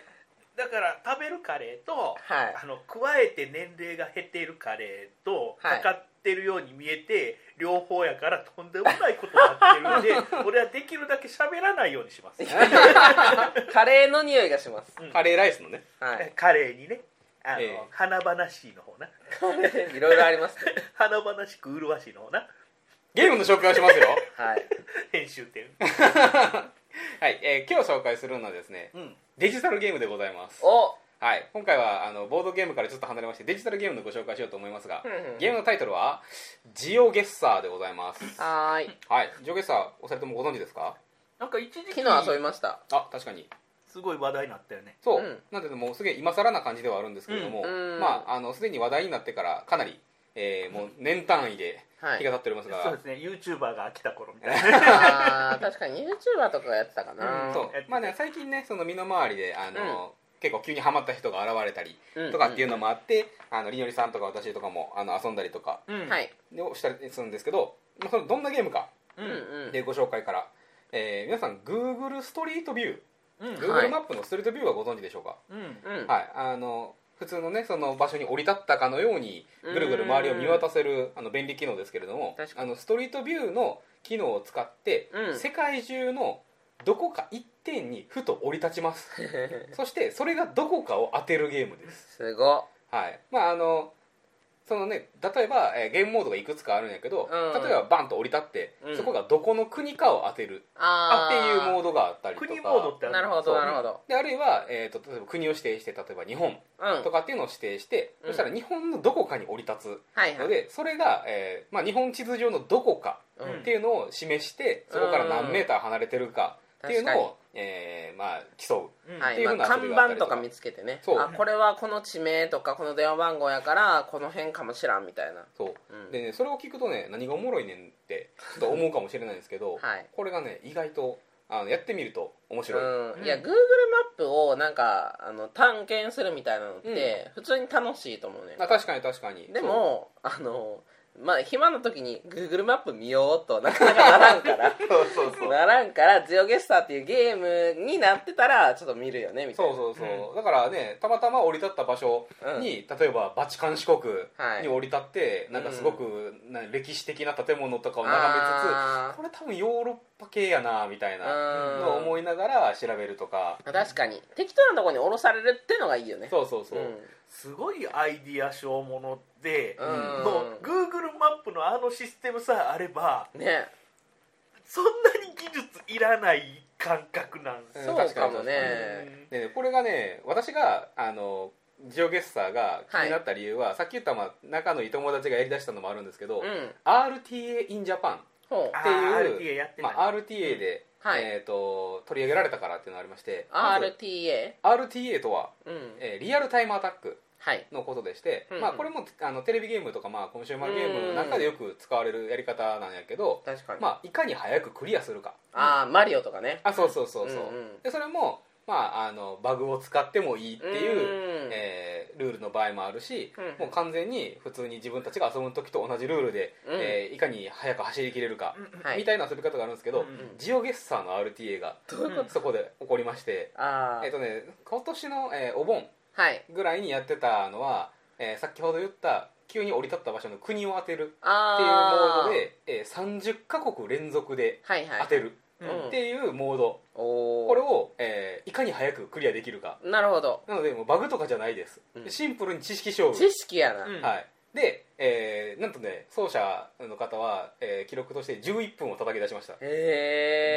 [SPEAKER 3] ーだから食べるカレーと、
[SPEAKER 2] はい
[SPEAKER 3] あの加えて年齢が減っているカレーと
[SPEAKER 2] は
[SPEAKER 3] か
[SPEAKER 2] い
[SPEAKER 3] かってるように見えて、両方やからとんでもないことになってるんで俺はできるだけ喋らないようにします、
[SPEAKER 2] カレーの匂いがします
[SPEAKER 1] カレーライスのね
[SPEAKER 2] はい
[SPEAKER 3] カレーにねあの、
[SPEAKER 1] ええ
[SPEAKER 3] 華々しいの方な
[SPEAKER 2] いろいろありますね
[SPEAKER 3] 華々しく麗しいの方な
[SPEAKER 1] ゲームの紹介をしますよ
[SPEAKER 2] はい
[SPEAKER 3] 編集点
[SPEAKER 1] はい、えー今日紹介するのはですね
[SPEAKER 3] うん
[SPEAKER 1] デジタルゲームでございます
[SPEAKER 2] お
[SPEAKER 1] はい、今回はあのボードゲームからちょっと離れましてデジタルゲームのご紹介しようと思いますが、
[SPEAKER 2] うんうん
[SPEAKER 1] ゲームのタイトルは「ジオゲッサー」でございます
[SPEAKER 2] はーい
[SPEAKER 1] はいジオゲッサーお二人ともご存知ですか
[SPEAKER 3] なんか一時期
[SPEAKER 2] 昨日遊びました
[SPEAKER 1] あ確かに
[SPEAKER 3] すごい話題になったよね
[SPEAKER 1] そ
[SPEAKER 2] う
[SPEAKER 1] う、
[SPEAKER 2] ん
[SPEAKER 1] なんていうのもうすげえ今更な感じではあるんですけれども、
[SPEAKER 2] うんうん
[SPEAKER 1] まああのすでに話題になってからかなり、えーもう年単位で
[SPEAKER 2] はい
[SPEAKER 1] 日が経っておりますが、
[SPEAKER 3] そうですね YouTuber が飽きた頃みたいな
[SPEAKER 2] あー確かに YouTuber とかがやってたかな、
[SPEAKER 3] うん
[SPEAKER 1] そう
[SPEAKER 3] やってて
[SPEAKER 1] まあね、最近ねその身の回りであの、結構急にハマった人が現れたり
[SPEAKER 2] うん
[SPEAKER 1] とかっていうのもあって、あのりのりさんとか私とかもあの遊んだりとか
[SPEAKER 3] うん
[SPEAKER 2] はい、
[SPEAKER 1] をしたりするんですけど、まあ、それどんなゲームか
[SPEAKER 3] う
[SPEAKER 2] うん
[SPEAKER 3] ん
[SPEAKER 1] でご紹介から、えー皆さん Google ストリートビュー
[SPEAKER 3] うん
[SPEAKER 2] はい
[SPEAKER 1] Google マップのストリートビューはご存知でしょうか、
[SPEAKER 3] うん
[SPEAKER 2] うんうん
[SPEAKER 1] はい、あの普通のねその場所に降り立ったかのようにぐるぐる周りを見渡せるあの便利機能ですけれども
[SPEAKER 2] 確か
[SPEAKER 1] あのストリートビューの機能を使って、
[SPEAKER 2] うん
[SPEAKER 1] 世界中のどこか一点にふと降り立ちますそしてそれがどこかを当てるゲームです
[SPEAKER 2] すご
[SPEAKER 1] はいまああのそのね例えば、えーゲームモードがいくつかあるんやけど、
[SPEAKER 2] うん
[SPEAKER 1] 例えばバンと降り立って、
[SPEAKER 2] うん
[SPEAKER 1] そこがどこの国かを当てる
[SPEAKER 2] あ
[SPEAKER 1] っていうモ
[SPEAKER 2] ー
[SPEAKER 1] ードがあったりとか
[SPEAKER 3] 国モードってあ
[SPEAKER 2] なるほ
[SPEAKER 1] そ
[SPEAKER 2] ど
[SPEAKER 1] う
[SPEAKER 2] なるほど
[SPEAKER 1] であるいは、えー、と例えば国を指定して例えば日本
[SPEAKER 2] うんは
[SPEAKER 1] とかっていうのを指定して、
[SPEAKER 2] うん
[SPEAKER 1] そしたら日本のどこかに降り立
[SPEAKER 2] い
[SPEAKER 1] つ
[SPEAKER 2] は
[SPEAKER 1] の
[SPEAKER 2] い
[SPEAKER 1] でそれが、えーまあ、日本地図上のどこか
[SPEAKER 2] う
[SPEAKER 1] っ
[SPEAKER 2] ん
[SPEAKER 1] ていうのを示してそこから何メーター離れてるかっていうのを、えーまあ、競う
[SPEAKER 3] うん
[SPEAKER 2] は
[SPEAKER 1] って
[SPEAKER 2] い
[SPEAKER 1] いう
[SPEAKER 2] ま
[SPEAKER 1] ふ
[SPEAKER 2] あ
[SPEAKER 1] うな
[SPEAKER 2] 看
[SPEAKER 1] 遊びがあっ
[SPEAKER 2] 板
[SPEAKER 1] た
[SPEAKER 2] と
[SPEAKER 1] りとか
[SPEAKER 2] か見つけてね
[SPEAKER 1] そう
[SPEAKER 2] あこれはこの地名とかこの電話番号やからこの辺かもしらんみたいな
[SPEAKER 1] そう
[SPEAKER 2] うん
[SPEAKER 1] でねそれを聞くとね何がおもろいねんってちょっと思うかもしれないんですけど、
[SPEAKER 2] はい
[SPEAKER 1] これがね意外とああのやってみると面白い、
[SPEAKER 2] うん、いや
[SPEAKER 3] うん
[SPEAKER 2] Google マップをなんかあの探検するみたいなのって普通に楽しいと思うね、
[SPEAKER 1] あ確かに確かに
[SPEAKER 2] でもあのまあ暇な時に Google マップ見ようとなかなかならんから
[SPEAKER 3] そうそうそう
[SPEAKER 2] ならんから「ジオゲスター」っていうゲームになってたらちょっと見るよねみたいな
[SPEAKER 1] そうそうそう、だからねたまたま降り立った場所に、例えばバチカン四国
[SPEAKER 2] はい
[SPEAKER 1] に降り立って、なんかすごく、な歴史的な建物とかを眺めつ
[SPEAKER 2] あ
[SPEAKER 1] つこれ多分ヨーロッパ系やなみたいな
[SPEAKER 2] ー
[SPEAKER 1] のを思いながら調べるとか、
[SPEAKER 2] うん確かに適当なとこに降ろされるっていうのがいいよね
[SPEAKER 1] そうそうそう、
[SPEAKER 2] ん
[SPEAKER 3] すごいアイディア小物で、
[SPEAKER 2] う
[SPEAKER 3] の
[SPEAKER 2] ん
[SPEAKER 3] Google マップのあのシステムさえあれば
[SPEAKER 2] ね
[SPEAKER 3] そんなに技術いらない感覚なんですよ、
[SPEAKER 2] そうかも
[SPEAKER 3] う
[SPEAKER 2] ね
[SPEAKER 3] ん
[SPEAKER 1] でこれがね私があのジオゲッサーが気になった理由は、さっき言った、まあ、仲のいい友達がやりだしたのもあるんですけど、
[SPEAKER 2] うん
[SPEAKER 1] RTA in Japan
[SPEAKER 2] ほう
[SPEAKER 3] あ
[SPEAKER 1] っていう
[SPEAKER 3] ー RTA やってない、
[SPEAKER 1] まあ、RTA で、
[SPEAKER 2] はい
[SPEAKER 1] えー、と取り上げられたからっていうのがありまして
[SPEAKER 2] RTA
[SPEAKER 1] まず RTA とは、
[SPEAKER 2] うん
[SPEAKER 1] えーリアルタイムアタック
[SPEAKER 2] はい
[SPEAKER 1] のことでして、
[SPEAKER 2] うん
[SPEAKER 1] まあ、これもあのテレビゲームとか、まあ、コンシューマーゲームの中でよく使われるやり方なんやけど、
[SPEAKER 2] 確かに
[SPEAKER 1] まあ、いかに早くクリアするか
[SPEAKER 2] ああマリオとかね
[SPEAKER 1] あそうそうそうそう、
[SPEAKER 2] うんうん
[SPEAKER 1] でそれも、まあ、あのバグを使ってもいいっていう、
[SPEAKER 2] うん
[SPEAKER 1] えールールの場合もあるし、
[SPEAKER 2] うんうん
[SPEAKER 1] もう完全に普通に自分たちが遊ぶ時と同じルールで、
[SPEAKER 2] うん
[SPEAKER 1] えーいかに早く走りきれるか、
[SPEAKER 2] はい
[SPEAKER 1] みたいな遊び方があるんですけど、
[SPEAKER 3] うんうん
[SPEAKER 1] ジオゲッサーの RTA が
[SPEAKER 2] どういうこと
[SPEAKER 1] そこで起こりまして、
[SPEAKER 2] ああ
[SPEAKER 1] えっとね、今年の、えーお盆
[SPEAKER 2] はい
[SPEAKER 1] ぐらいにやってたのは、えー先ほど言った急に降り立った場所の国を当てるっていうモー
[SPEAKER 2] ああ
[SPEAKER 1] ドで、えー30カ国連続で
[SPEAKER 2] はいはい
[SPEAKER 1] 当てる
[SPEAKER 3] うん
[SPEAKER 2] うん
[SPEAKER 1] っていうモード、
[SPEAKER 2] おお
[SPEAKER 1] これを、えーいかに早くクリアできるか
[SPEAKER 2] なるほど
[SPEAKER 1] なのでもうバグとかじゃないです、
[SPEAKER 2] うん
[SPEAKER 1] シンプルに知識勝負
[SPEAKER 2] 知識やな、
[SPEAKER 3] うん
[SPEAKER 1] はい、で、えーなんとね奏者の方は、えー記録として11分を叩き出しました、
[SPEAKER 2] へ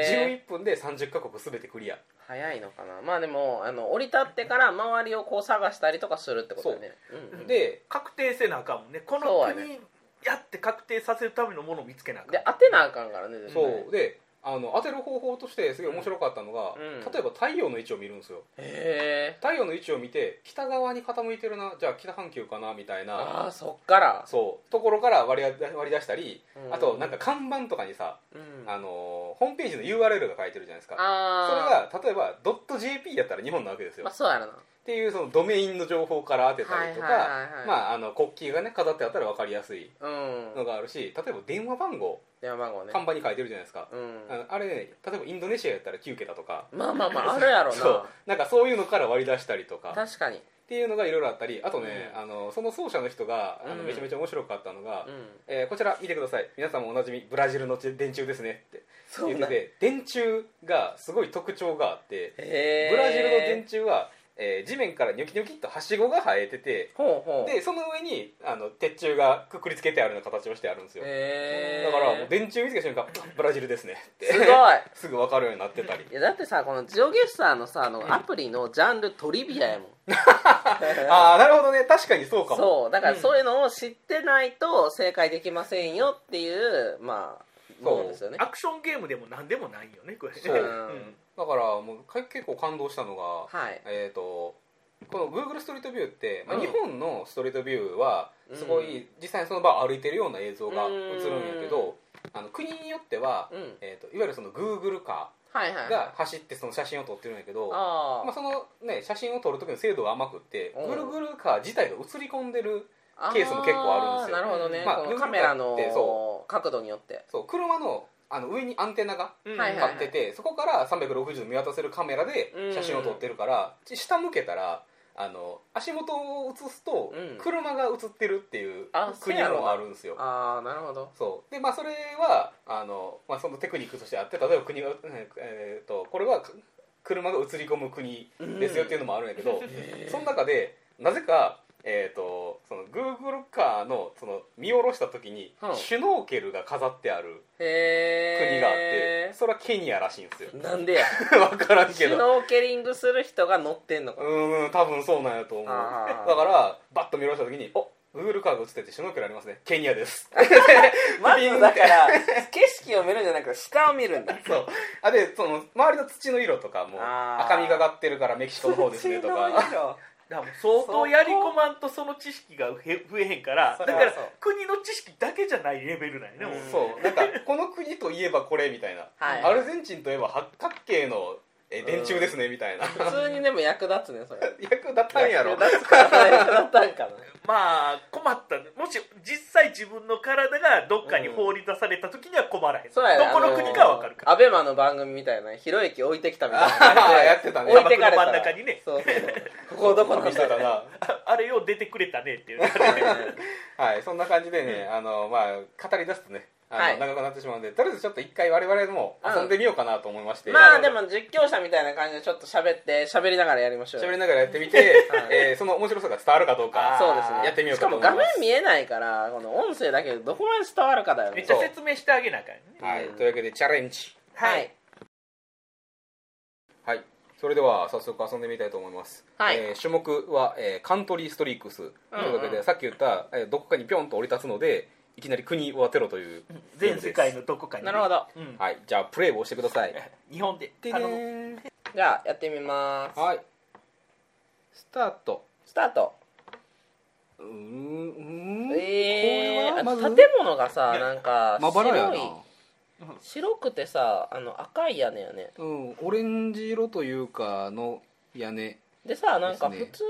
[SPEAKER 2] え
[SPEAKER 1] 11分で30カ国全てクリア
[SPEAKER 2] 早いのかなまあでもあの降り立ってから周りをこう探したりとかするってことだねうんうんで
[SPEAKER 1] で
[SPEAKER 3] 確定せなあかんもんねこ
[SPEAKER 2] そう
[SPEAKER 3] の
[SPEAKER 2] やね
[SPEAKER 3] 国やって確定させるためのものを見つけなあかん
[SPEAKER 2] 当てなあかんからね絶対
[SPEAKER 1] そうであの当てる方法としてすごい面白かったの
[SPEAKER 2] う
[SPEAKER 1] が、
[SPEAKER 2] ん
[SPEAKER 1] 例えば太陽の位置を見るんですよ
[SPEAKER 2] へえ
[SPEAKER 1] 太陽の位置を見て北側に傾いてるなじゃあ北半球かなみたいな
[SPEAKER 2] ああそっから
[SPEAKER 1] そうところから割り当て割り出したり
[SPEAKER 2] うん
[SPEAKER 1] あとなんか看板とかにさ、
[SPEAKER 2] うん
[SPEAKER 1] あのーホームページの URL が書いてるじゃないですかそれ
[SPEAKER 2] あ
[SPEAKER 1] が例えば .jp やったら日本なわけです
[SPEAKER 2] あ
[SPEAKER 1] よ、
[SPEAKER 2] まあそうやろな
[SPEAKER 1] っていうそのドメインの情報から当てたりとか
[SPEAKER 2] はいはいはいはい
[SPEAKER 1] まああの国旗がね飾ってあったら分かりやすい
[SPEAKER 2] うん
[SPEAKER 1] のがあるし例えば電話番号
[SPEAKER 2] 電話番号ね
[SPEAKER 1] 看板に書いてるじゃないですか、
[SPEAKER 2] うん
[SPEAKER 1] あのあれね例えばインドネシアやったら9桁とか
[SPEAKER 2] まあまあまああるやろ
[SPEAKER 1] そうなんかそういうのから割り出したりと
[SPEAKER 2] な
[SPEAKER 1] かっ
[SPEAKER 2] 確かに
[SPEAKER 1] ていうのがいろいろあったりあとね、
[SPEAKER 2] うん
[SPEAKER 1] あのその奏者の人があの
[SPEAKER 2] うん
[SPEAKER 1] めちゃめちゃ面白かったのが、
[SPEAKER 2] うん
[SPEAKER 1] えーこちら見てください皆さんもおなじみブラジルの電柱ですねって
[SPEAKER 2] そう
[SPEAKER 1] 言って
[SPEAKER 2] なん
[SPEAKER 1] て電柱がすごい特徴があって
[SPEAKER 2] へえ
[SPEAKER 1] ブラジルの電柱は、えー地面からニョキニョキっとはしごが生えてて
[SPEAKER 2] ほうほう
[SPEAKER 1] でその上にあの鉄柱がくくりつけてあるような形をしてあるんですよ、
[SPEAKER 2] へえ
[SPEAKER 1] だからもう電柱見つけた瞬間 あブラジルですねって
[SPEAKER 2] すごい
[SPEAKER 1] すぐ分かるようになってたり
[SPEAKER 2] いやだってさこのジオゲッサーのさあのアプリのジャンルトリビアやもん
[SPEAKER 1] ああなるほどね確かにそうかも
[SPEAKER 2] そうだからそういうのを知ってないと正解できませんよっていうまあ
[SPEAKER 1] そう
[SPEAKER 2] もんですよね
[SPEAKER 3] アクションゲームでも何でもないよねこれね
[SPEAKER 1] そう
[SPEAKER 3] うん
[SPEAKER 1] だからもうか結構感動したのが、
[SPEAKER 2] はい
[SPEAKER 1] えっ、とこの Google ストリートビューって、まあ、
[SPEAKER 2] うん
[SPEAKER 1] 日本のストリートビューは
[SPEAKER 2] うん
[SPEAKER 1] すごい、実際にその場を歩いてるような映像が映
[SPEAKER 2] うん
[SPEAKER 1] るんやけどあの国によっては、
[SPEAKER 2] うん
[SPEAKER 1] えー、といわゆるその Google カ
[SPEAKER 2] はいはい
[SPEAKER 1] ーが走ってその写真を撮ってるんやけど
[SPEAKER 2] あ
[SPEAKER 1] まあ、その、ね、写真を撮る時の精度が甘くって
[SPEAKER 2] うん
[SPEAKER 1] Google カー自体が映り込んでる
[SPEAKER 2] あ
[SPEAKER 1] ケースも結構あるんですよ
[SPEAKER 2] なるほどね、
[SPEAKER 1] まあ
[SPEAKER 2] このカメラの
[SPEAKER 1] よくあってそ
[SPEAKER 2] 角度によって
[SPEAKER 1] そう車のあの上にアンテナが
[SPEAKER 3] うん
[SPEAKER 2] はいは
[SPEAKER 1] 買
[SPEAKER 2] い
[SPEAKER 1] っててそこから360度見渡せるカメラで写真を撮ってるからち下向けたらあの足元を映すと
[SPEAKER 2] うん
[SPEAKER 1] 車が映ってるっていう
[SPEAKER 2] あ
[SPEAKER 1] 国
[SPEAKER 2] そうやろ
[SPEAKER 1] も
[SPEAKER 2] な
[SPEAKER 1] あるんですよ
[SPEAKER 2] ああなるほど
[SPEAKER 1] そうでまあそれはあの、まあ、そのテクニックとしてあって例えば国が、えー、とこれはく車が映り込む国ですよっていうのもあるんやけ ど、その中でなぜか、えー、とその Google カーのその見下ろした時に
[SPEAKER 2] うん
[SPEAKER 1] シュノーケルが飾ってある国があって
[SPEAKER 2] へえ
[SPEAKER 1] それはケニアらしいんですよ
[SPEAKER 2] なんでや
[SPEAKER 1] 分からん
[SPEAKER 2] シ
[SPEAKER 1] け
[SPEAKER 2] ュ
[SPEAKER 1] ど
[SPEAKER 2] ノーケリングする人が乗ってんのか
[SPEAKER 1] うーん多分そうなんやと思うだ
[SPEAKER 2] あー
[SPEAKER 1] からバッと見下ろした時に「おグーグルカーが映っててシュノーケルありますねケニ アです」
[SPEAKER 2] まずだから景色を見るんじゃなくて下を見るんだ
[SPEAKER 1] そうあでその周りの土の色とかも
[SPEAKER 2] あー
[SPEAKER 1] 赤みがかってるからメキシコの方ですねとか
[SPEAKER 3] らもう相当やり込まんとその知識が増え増えへんから
[SPEAKER 1] そ
[SPEAKER 3] だ
[SPEAKER 1] れ
[SPEAKER 3] か
[SPEAKER 1] は
[SPEAKER 3] ら
[SPEAKER 1] そう
[SPEAKER 3] 国の知識だけじゃないレベルなんやね、もう
[SPEAKER 2] うん
[SPEAKER 1] そうなんかこの国といえばこれみたいな、
[SPEAKER 2] はい
[SPEAKER 1] アルゼンチンといえば八角形のえ電柱ですねみたいな
[SPEAKER 2] 普通にでも役立つねそれ
[SPEAKER 1] 役立たんやろ
[SPEAKER 2] 役立つから役立ったんかな
[SPEAKER 3] まあ困ったもし実際自分の体がどっかに放り出された時には困らへん、
[SPEAKER 2] そうやね
[SPEAKER 3] どこの国かは分かるから、
[SPEAKER 2] アベマの番組みたいなひろゆき置いてきたみたいな感じ
[SPEAKER 1] あ
[SPEAKER 2] で
[SPEAKER 1] やってたね
[SPEAKER 2] 置いてかれた
[SPEAKER 3] 砂漠の真
[SPEAKER 2] ら
[SPEAKER 3] ん中にね
[SPEAKER 2] そうそうここどこなん
[SPEAKER 1] 見て
[SPEAKER 2] だ
[SPEAKER 1] た
[SPEAKER 2] ろ
[SPEAKER 1] な
[SPEAKER 3] あ あれよう出てくれたねっていう
[SPEAKER 1] はいそんな感じでね、あのまあ語り出すとねあの、
[SPEAKER 2] はい
[SPEAKER 1] 長くなってしまうのでとりあえずちょっと一回我々も遊んでみようかなと思いまして、
[SPEAKER 2] うまあでも実況者みたいな感じでちょっと喋って喋りながらやりましょうよ
[SPEAKER 1] 喋りながらやってみて、えーその面白さが伝わるかどうか
[SPEAKER 3] あー
[SPEAKER 2] そうですね
[SPEAKER 1] やってみよう
[SPEAKER 2] し
[SPEAKER 1] か
[SPEAKER 2] か
[SPEAKER 1] と
[SPEAKER 2] も画
[SPEAKER 1] 思いま
[SPEAKER 2] 面
[SPEAKER 1] す
[SPEAKER 2] 見えないからこの音声だけでどこまで伝わるかだよ
[SPEAKER 3] めっ
[SPEAKER 2] ね
[SPEAKER 3] ちゃ説明してあげなあかんね
[SPEAKER 1] はい、というわけでチャレンジ
[SPEAKER 2] はい
[SPEAKER 1] はいそれでは早速遊んでみたいと思います、
[SPEAKER 2] はい
[SPEAKER 1] えー種目は、えーカントリーストリークスというわけで、
[SPEAKER 2] うんうん
[SPEAKER 1] さっき言った、えーどこかにピョンと降り立つのでいきなり国を当てろというゲーム
[SPEAKER 3] 全
[SPEAKER 1] です
[SPEAKER 3] 世界のどこかにね
[SPEAKER 2] なるほど
[SPEAKER 3] うん
[SPEAKER 1] はいじゃあプレイを押してください
[SPEAKER 3] 日本で
[SPEAKER 1] でね
[SPEAKER 3] 頼む
[SPEAKER 1] ー
[SPEAKER 2] じゃあやってみます
[SPEAKER 1] はいスタート
[SPEAKER 2] スタート
[SPEAKER 1] うーんうーん
[SPEAKER 2] え
[SPEAKER 1] これは
[SPEAKER 2] ー、
[SPEAKER 1] ま
[SPEAKER 2] あ
[SPEAKER 1] ず
[SPEAKER 2] と建物がさなんか
[SPEAKER 1] まばら
[SPEAKER 2] 白
[SPEAKER 1] やない
[SPEAKER 2] 白くてさあの赤い屋根よね
[SPEAKER 1] うんオレンジ色というかの屋根
[SPEAKER 2] でさなんか
[SPEAKER 1] で
[SPEAKER 2] 普
[SPEAKER 1] すね
[SPEAKER 2] 通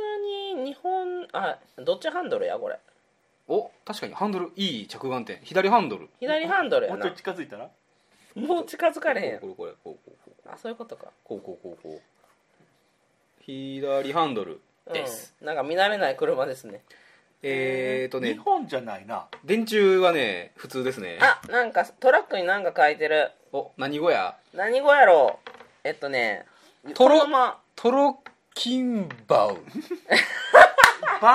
[SPEAKER 2] に日本あどっちハンドルやこれ
[SPEAKER 1] お確かにハンドルいい着眼点左ハンドル
[SPEAKER 2] 左ハンドル
[SPEAKER 3] もう
[SPEAKER 2] や
[SPEAKER 3] ちょ
[SPEAKER 2] ない
[SPEAKER 3] 近づいたら
[SPEAKER 2] もう近づかれへんやん
[SPEAKER 1] これこれこれこうこう
[SPEAKER 2] あそういうことか
[SPEAKER 1] こうこうこうこう左ハンドルです、
[SPEAKER 2] うん、なんか見慣れない車ですね
[SPEAKER 1] えーと
[SPEAKER 3] 日
[SPEAKER 1] ね
[SPEAKER 3] 本じゃないな
[SPEAKER 1] 電柱はね普通ですね
[SPEAKER 2] あなんかトラックになんか書いてる
[SPEAKER 1] お何語や
[SPEAKER 2] 何語やろうえっとね
[SPEAKER 1] トロ
[SPEAKER 2] このま
[SPEAKER 1] トロキンバウ
[SPEAKER 3] バウ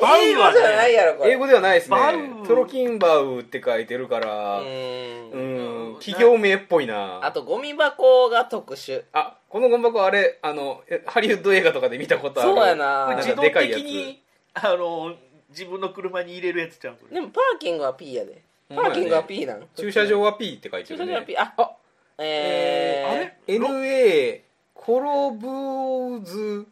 [SPEAKER 3] バウ
[SPEAKER 2] 英語
[SPEAKER 3] は
[SPEAKER 2] じゃない
[SPEAKER 3] ね
[SPEAKER 2] やろこれ
[SPEAKER 1] 英語ではないですね
[SPEAKER 3] バウ
[SPEAKER 1] トロキンバウって書いてるから
[SPEAKER 2] うー
[SPEAKER 1] うんん企業名っぽいな
[SPEAKER 2] あとゴミ箱が特殊
[SPEAKER 1] あこのゴミ箱あれあのえハリウッド映画とかで見たことある
[SPEAKER 2] そうやな
[SPEAKER 1] これ
[SPEAKER 3] 自
[SPEAKER 1] んか
[SPEAKER 3] 動
[SPEAKER 1] でかいや
[SPEAKER 3] 的
[SPEAKER 1] つ
[SPEAKER 3] にあの自分の車に入れるやつちゃうこれ
[SPEAKER 2] でもパーキングは P やで
[SPEAKER 1] ほん
[SPEAKER 2] パ
[SPEAKER 1] まや
[SPEAKER 2] ー
[SPEAKER 1] ね
[SPEAKER 2] キングは P なん
[SPEAKER 1] 駐車場は P って書いて
[SPEAKER 2] 駐
[SPEAKER 1] る、
[SPEAKER 2] 車
[SPEAKER 1] ね、
[SPEAKER 2] 場は P あ
[SPEAKER 1] あ
[SPEAKER 2] えー、
[SPEAKER 3] あれ
[SPEAKER 1] NA コロブーズ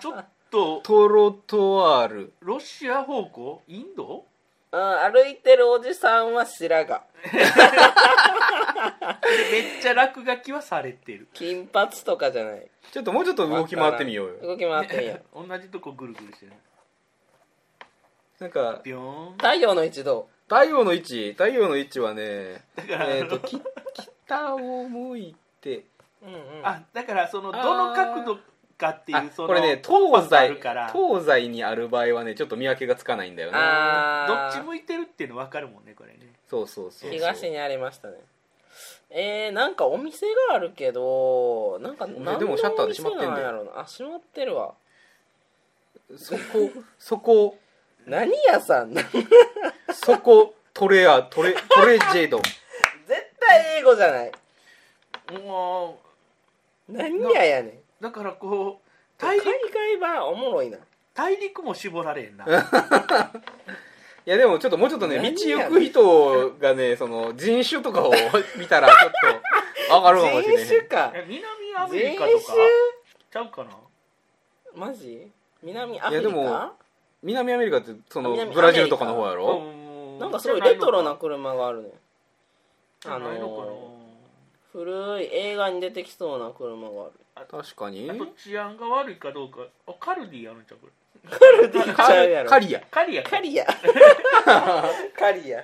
[SPEAKER 3] ちょっと
[SPEAKER 1] トロトワール
[SPEAKER 3] ロシア方向インド
[SPEAKER 2] うん、歩いてるおじさんは白髪
[SPEAKER 3] でめっちゃ落書きはされてる
[SPEAKER 2] 金髪とかじゃない
[SPEAKER 1] ちょっともうちょっと動き回ってみようよ
[SPEAKER 2] 動き回ってみよう
[SPEAKER 3] 同じとこぐるぐるしてる
[SPEAKER 1] なんか
[SPEAKER 3] ビョーン
[SPEAKER 2] 太陽の一度
[SPEAKER 1] 太陽の位置太陽の位置はね
[SPEAKER 3] だから、
[SPEAKER 1] えっ、とき北を向いて
[SPEAKER 2] うんうん
[SPEAKER 3] あだからその
[SPEAKER 1] あー
[SPEAKER 3] どの角度かってい
[SPEAKER 1] あ
[SPEAKER 3] うその
[SPEAKER 1] これね
[SPEAKER 3] コンパ
[SPEAKER 1] 東
[SPEAKER 3] スある
[SPEAKER 1] 西
[SPEAKER 3] からど
[SPEAKER 1] 東西にある場合はねちょっと見分けがつかないんだよな
[SPEAKER 2] あ
[SPEAKER 3] っ
[SPEAKER 2] ー
[SPEAKER 3] ち向いてるっていうの分かるもんねこれね
[SPEAKER 1] そうそうそうそう
[SPEAKER 2] 東にありましたねえー、なんかお店があるけどなんか何の
[SPEAKER 1] でもシャッターで閉まってん
[SPEAKER 2] お店な
[SPEAKER 1] だよ
[SPEAKER 2] んやろなあ閉まってるわ
[SPEAKER 1] そこそこ
[SPEAKER 2] 何屋さんな絶
[SPEAKER 1] そこトレアトレトレジェド
[SPEAKER 2] 対英語じゃない
[SPEAKER 3] も
[SPEAKER 2] 何屋やねん
[SPEAKER 3] うだからこう大
[SPEAKER 2] 海
[SPEAKER 3] 陸
[SPEAKER 2] 外版おもろいな
[SPEAKER 3] 大陸も絞られへ んな
[SPEAKER 1] いやでもちょっともうちょっとね道
[SPEAKER 2] 何や
[SPEAKER 1] 行く人がねその人種とかを見たらちょっと上がるかもしれへ
[SPEAKER 2] 人
[SPEAKER 1] ん
[SPEAKER 2] 種か
[SPEAKER 3] 南アメ
[SPEAKER 2] 人
[SPEAKER 3] リカ
[SPEAKER 2] 種
[SPEAKER 3] とかちゃうかな
[SPEAKER 2] マジ南アフ
[SPEAKER 1] いやで
[SPEAKER 2] リ
[SPEAKER 1] も
[SPEAKER 2] カ
[SPEAKER 1] 南アメリカってその
[SPEAKER 2] 南アメリカ
[SPEAKER 1] ブラジルとかの方やろ
[SPEAKER 3] う
[SPEAKER 2] なんかすごいレトロな車があるね
[SPEAKER 3] じゃ
[SPEAKER 2] あ
[SPEAKER 3] ないのかなじゃないのかな
[SPEAKER 2] の古い映画に出てきそうな車がある
[SPEAKER 1] 確かに
[SPEAKER 3] あと治安が悪いかどうかあカルディやるんちゃうこれ
[SPEAKER 2] ちゃうやろ
[SPEAKER 1] カリア
[SPEAKER 3] カリアか
[SPEAKER 2] カリア カリア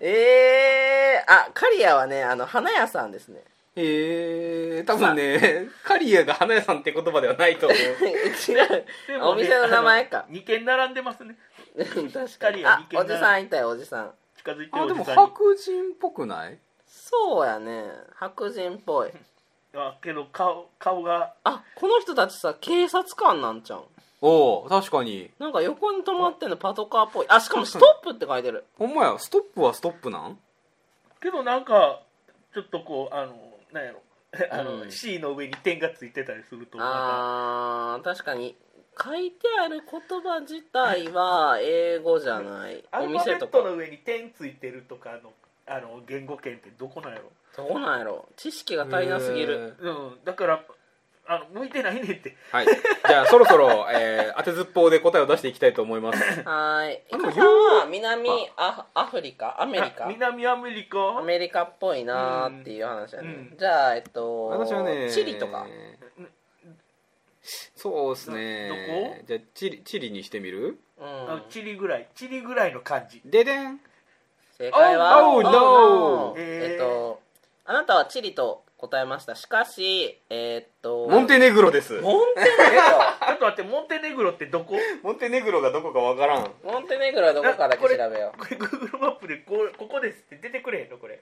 [SPEAKER 2] えー、あカリアはねあの花屋さんですね
[SPEAKER 1] えー、多分ねカリアが花屋さんって言葉ではないと思う
[SPEAKER 2] 違う
[SPEAKER 3] でもね
[SPEAKER 2] お店の名前か
[SPEAKER 3] あの二軒並んでますね
[SPEAKER 2] 確
[SPEAKER 3] カリア
[SPEAKER 2] あ
[SPEAKER 3] 二軒
[SPEAKER 2] お
[SPEAKER 3] 並
[SPEAKER 2] じさんいたよおじさん
[SPEAKER 3] 近づいて
[SPEAKER 1] あ
[SPEAKER 3] お
[SPEAKER 1] で
[SPEAKER 3] じ
[SPEAKER 1] も
[SPEAKER 3] さんに
[SPEAKER 1] 白人っぽくない
[SPEAKER 2] そうやね白人っぽい
[SPEAKER 3] あけど顔顔が
[SPEAKER 2] あこの人たちさ警察官なんちゃうん
[SPEAKER 1] おお確かに
[SPEAKER 2] なんか横に止まってんのパトカーっぽいあしかもストップって書い てる
[SPEAKER 1] ほんまやストップはストップなん
[SPEAKER 3] けどなんかちょっとこうあのなんやろ あの、
[SPEAKER 2] うん
[SPEAKER 3] C の上に点がついてたりするとなんか
[SPEAKER 2] あー確かに書いてある言葉自体は英語じゃない
[SPEAKER 3] ア
[SPEAKER 2] お
[SPEAKER 3] ルファベ
[SPEAKER 2] 店と
[SPEAKER 3] ッ
[SPEAKER 2] か
[SPEAKER 3] トの上に点ついてるとかのあの言語圏ってどこなんやろ、
[SPEAKER 2] どうなんやろ知識が足りなすぎる
[SPEAKER 3] うん、だからあの向いてないねんって
[SPEAKER 1] はい、じゃあそろそろ、えー当てずっぽうで答えを出していきたいと思います
[SPEAKER 2] はーい。イ
[SPEAKER 1] あでも
[SPEAKER 2] カさんは南アアフリカ、アメリ
[SPEAKER 3] あ
[SPEAKER 2] カ、
[SPEAKER 3] 南アメリカ
[SPEAKER 2] アメリカっぽいなーっていう話やね。
[SPEAKER 3] うん
[SPEAKER 2] じゃあえっと、
[SPEAKER 1] 私はね
[SPEAKER 2] チリとか。
[SPEAKER 1] そうですね
[SPEAKER 3] どどこ
[SPEAKER 1] じゃあチリチリにしてみる
[SPEAKER 2] う
[SPEAKER 3] あ
[SPEAKER 2] ん。
[SPEAKER 3] チリぐらいチリぐらいの感じ
[SPEAKER 1] ででん
[SPEAKER 2] 正解は、
[SPEAKER 1] Oh, no.
[SPEAKER 2] Oh, no.
[SPEAKER 3] えー
[SPEAKER 2] えっと、あなたはチリと答えました。しかし、えっと、
[SPEAKER 1] モンテネグロです
[SPEAKER 2] モンテネ
[SPEAKER 3] ちょっと待ってモンテネグロってどこ
[SPEAKER 1] モンテネグロがどこかわからん
[SPEAKER 2] グロ。モンテネグロはどこかだけ調べよう。
[SPEAKER 3] これ Google マップでこうここですって出てくれへんのこれ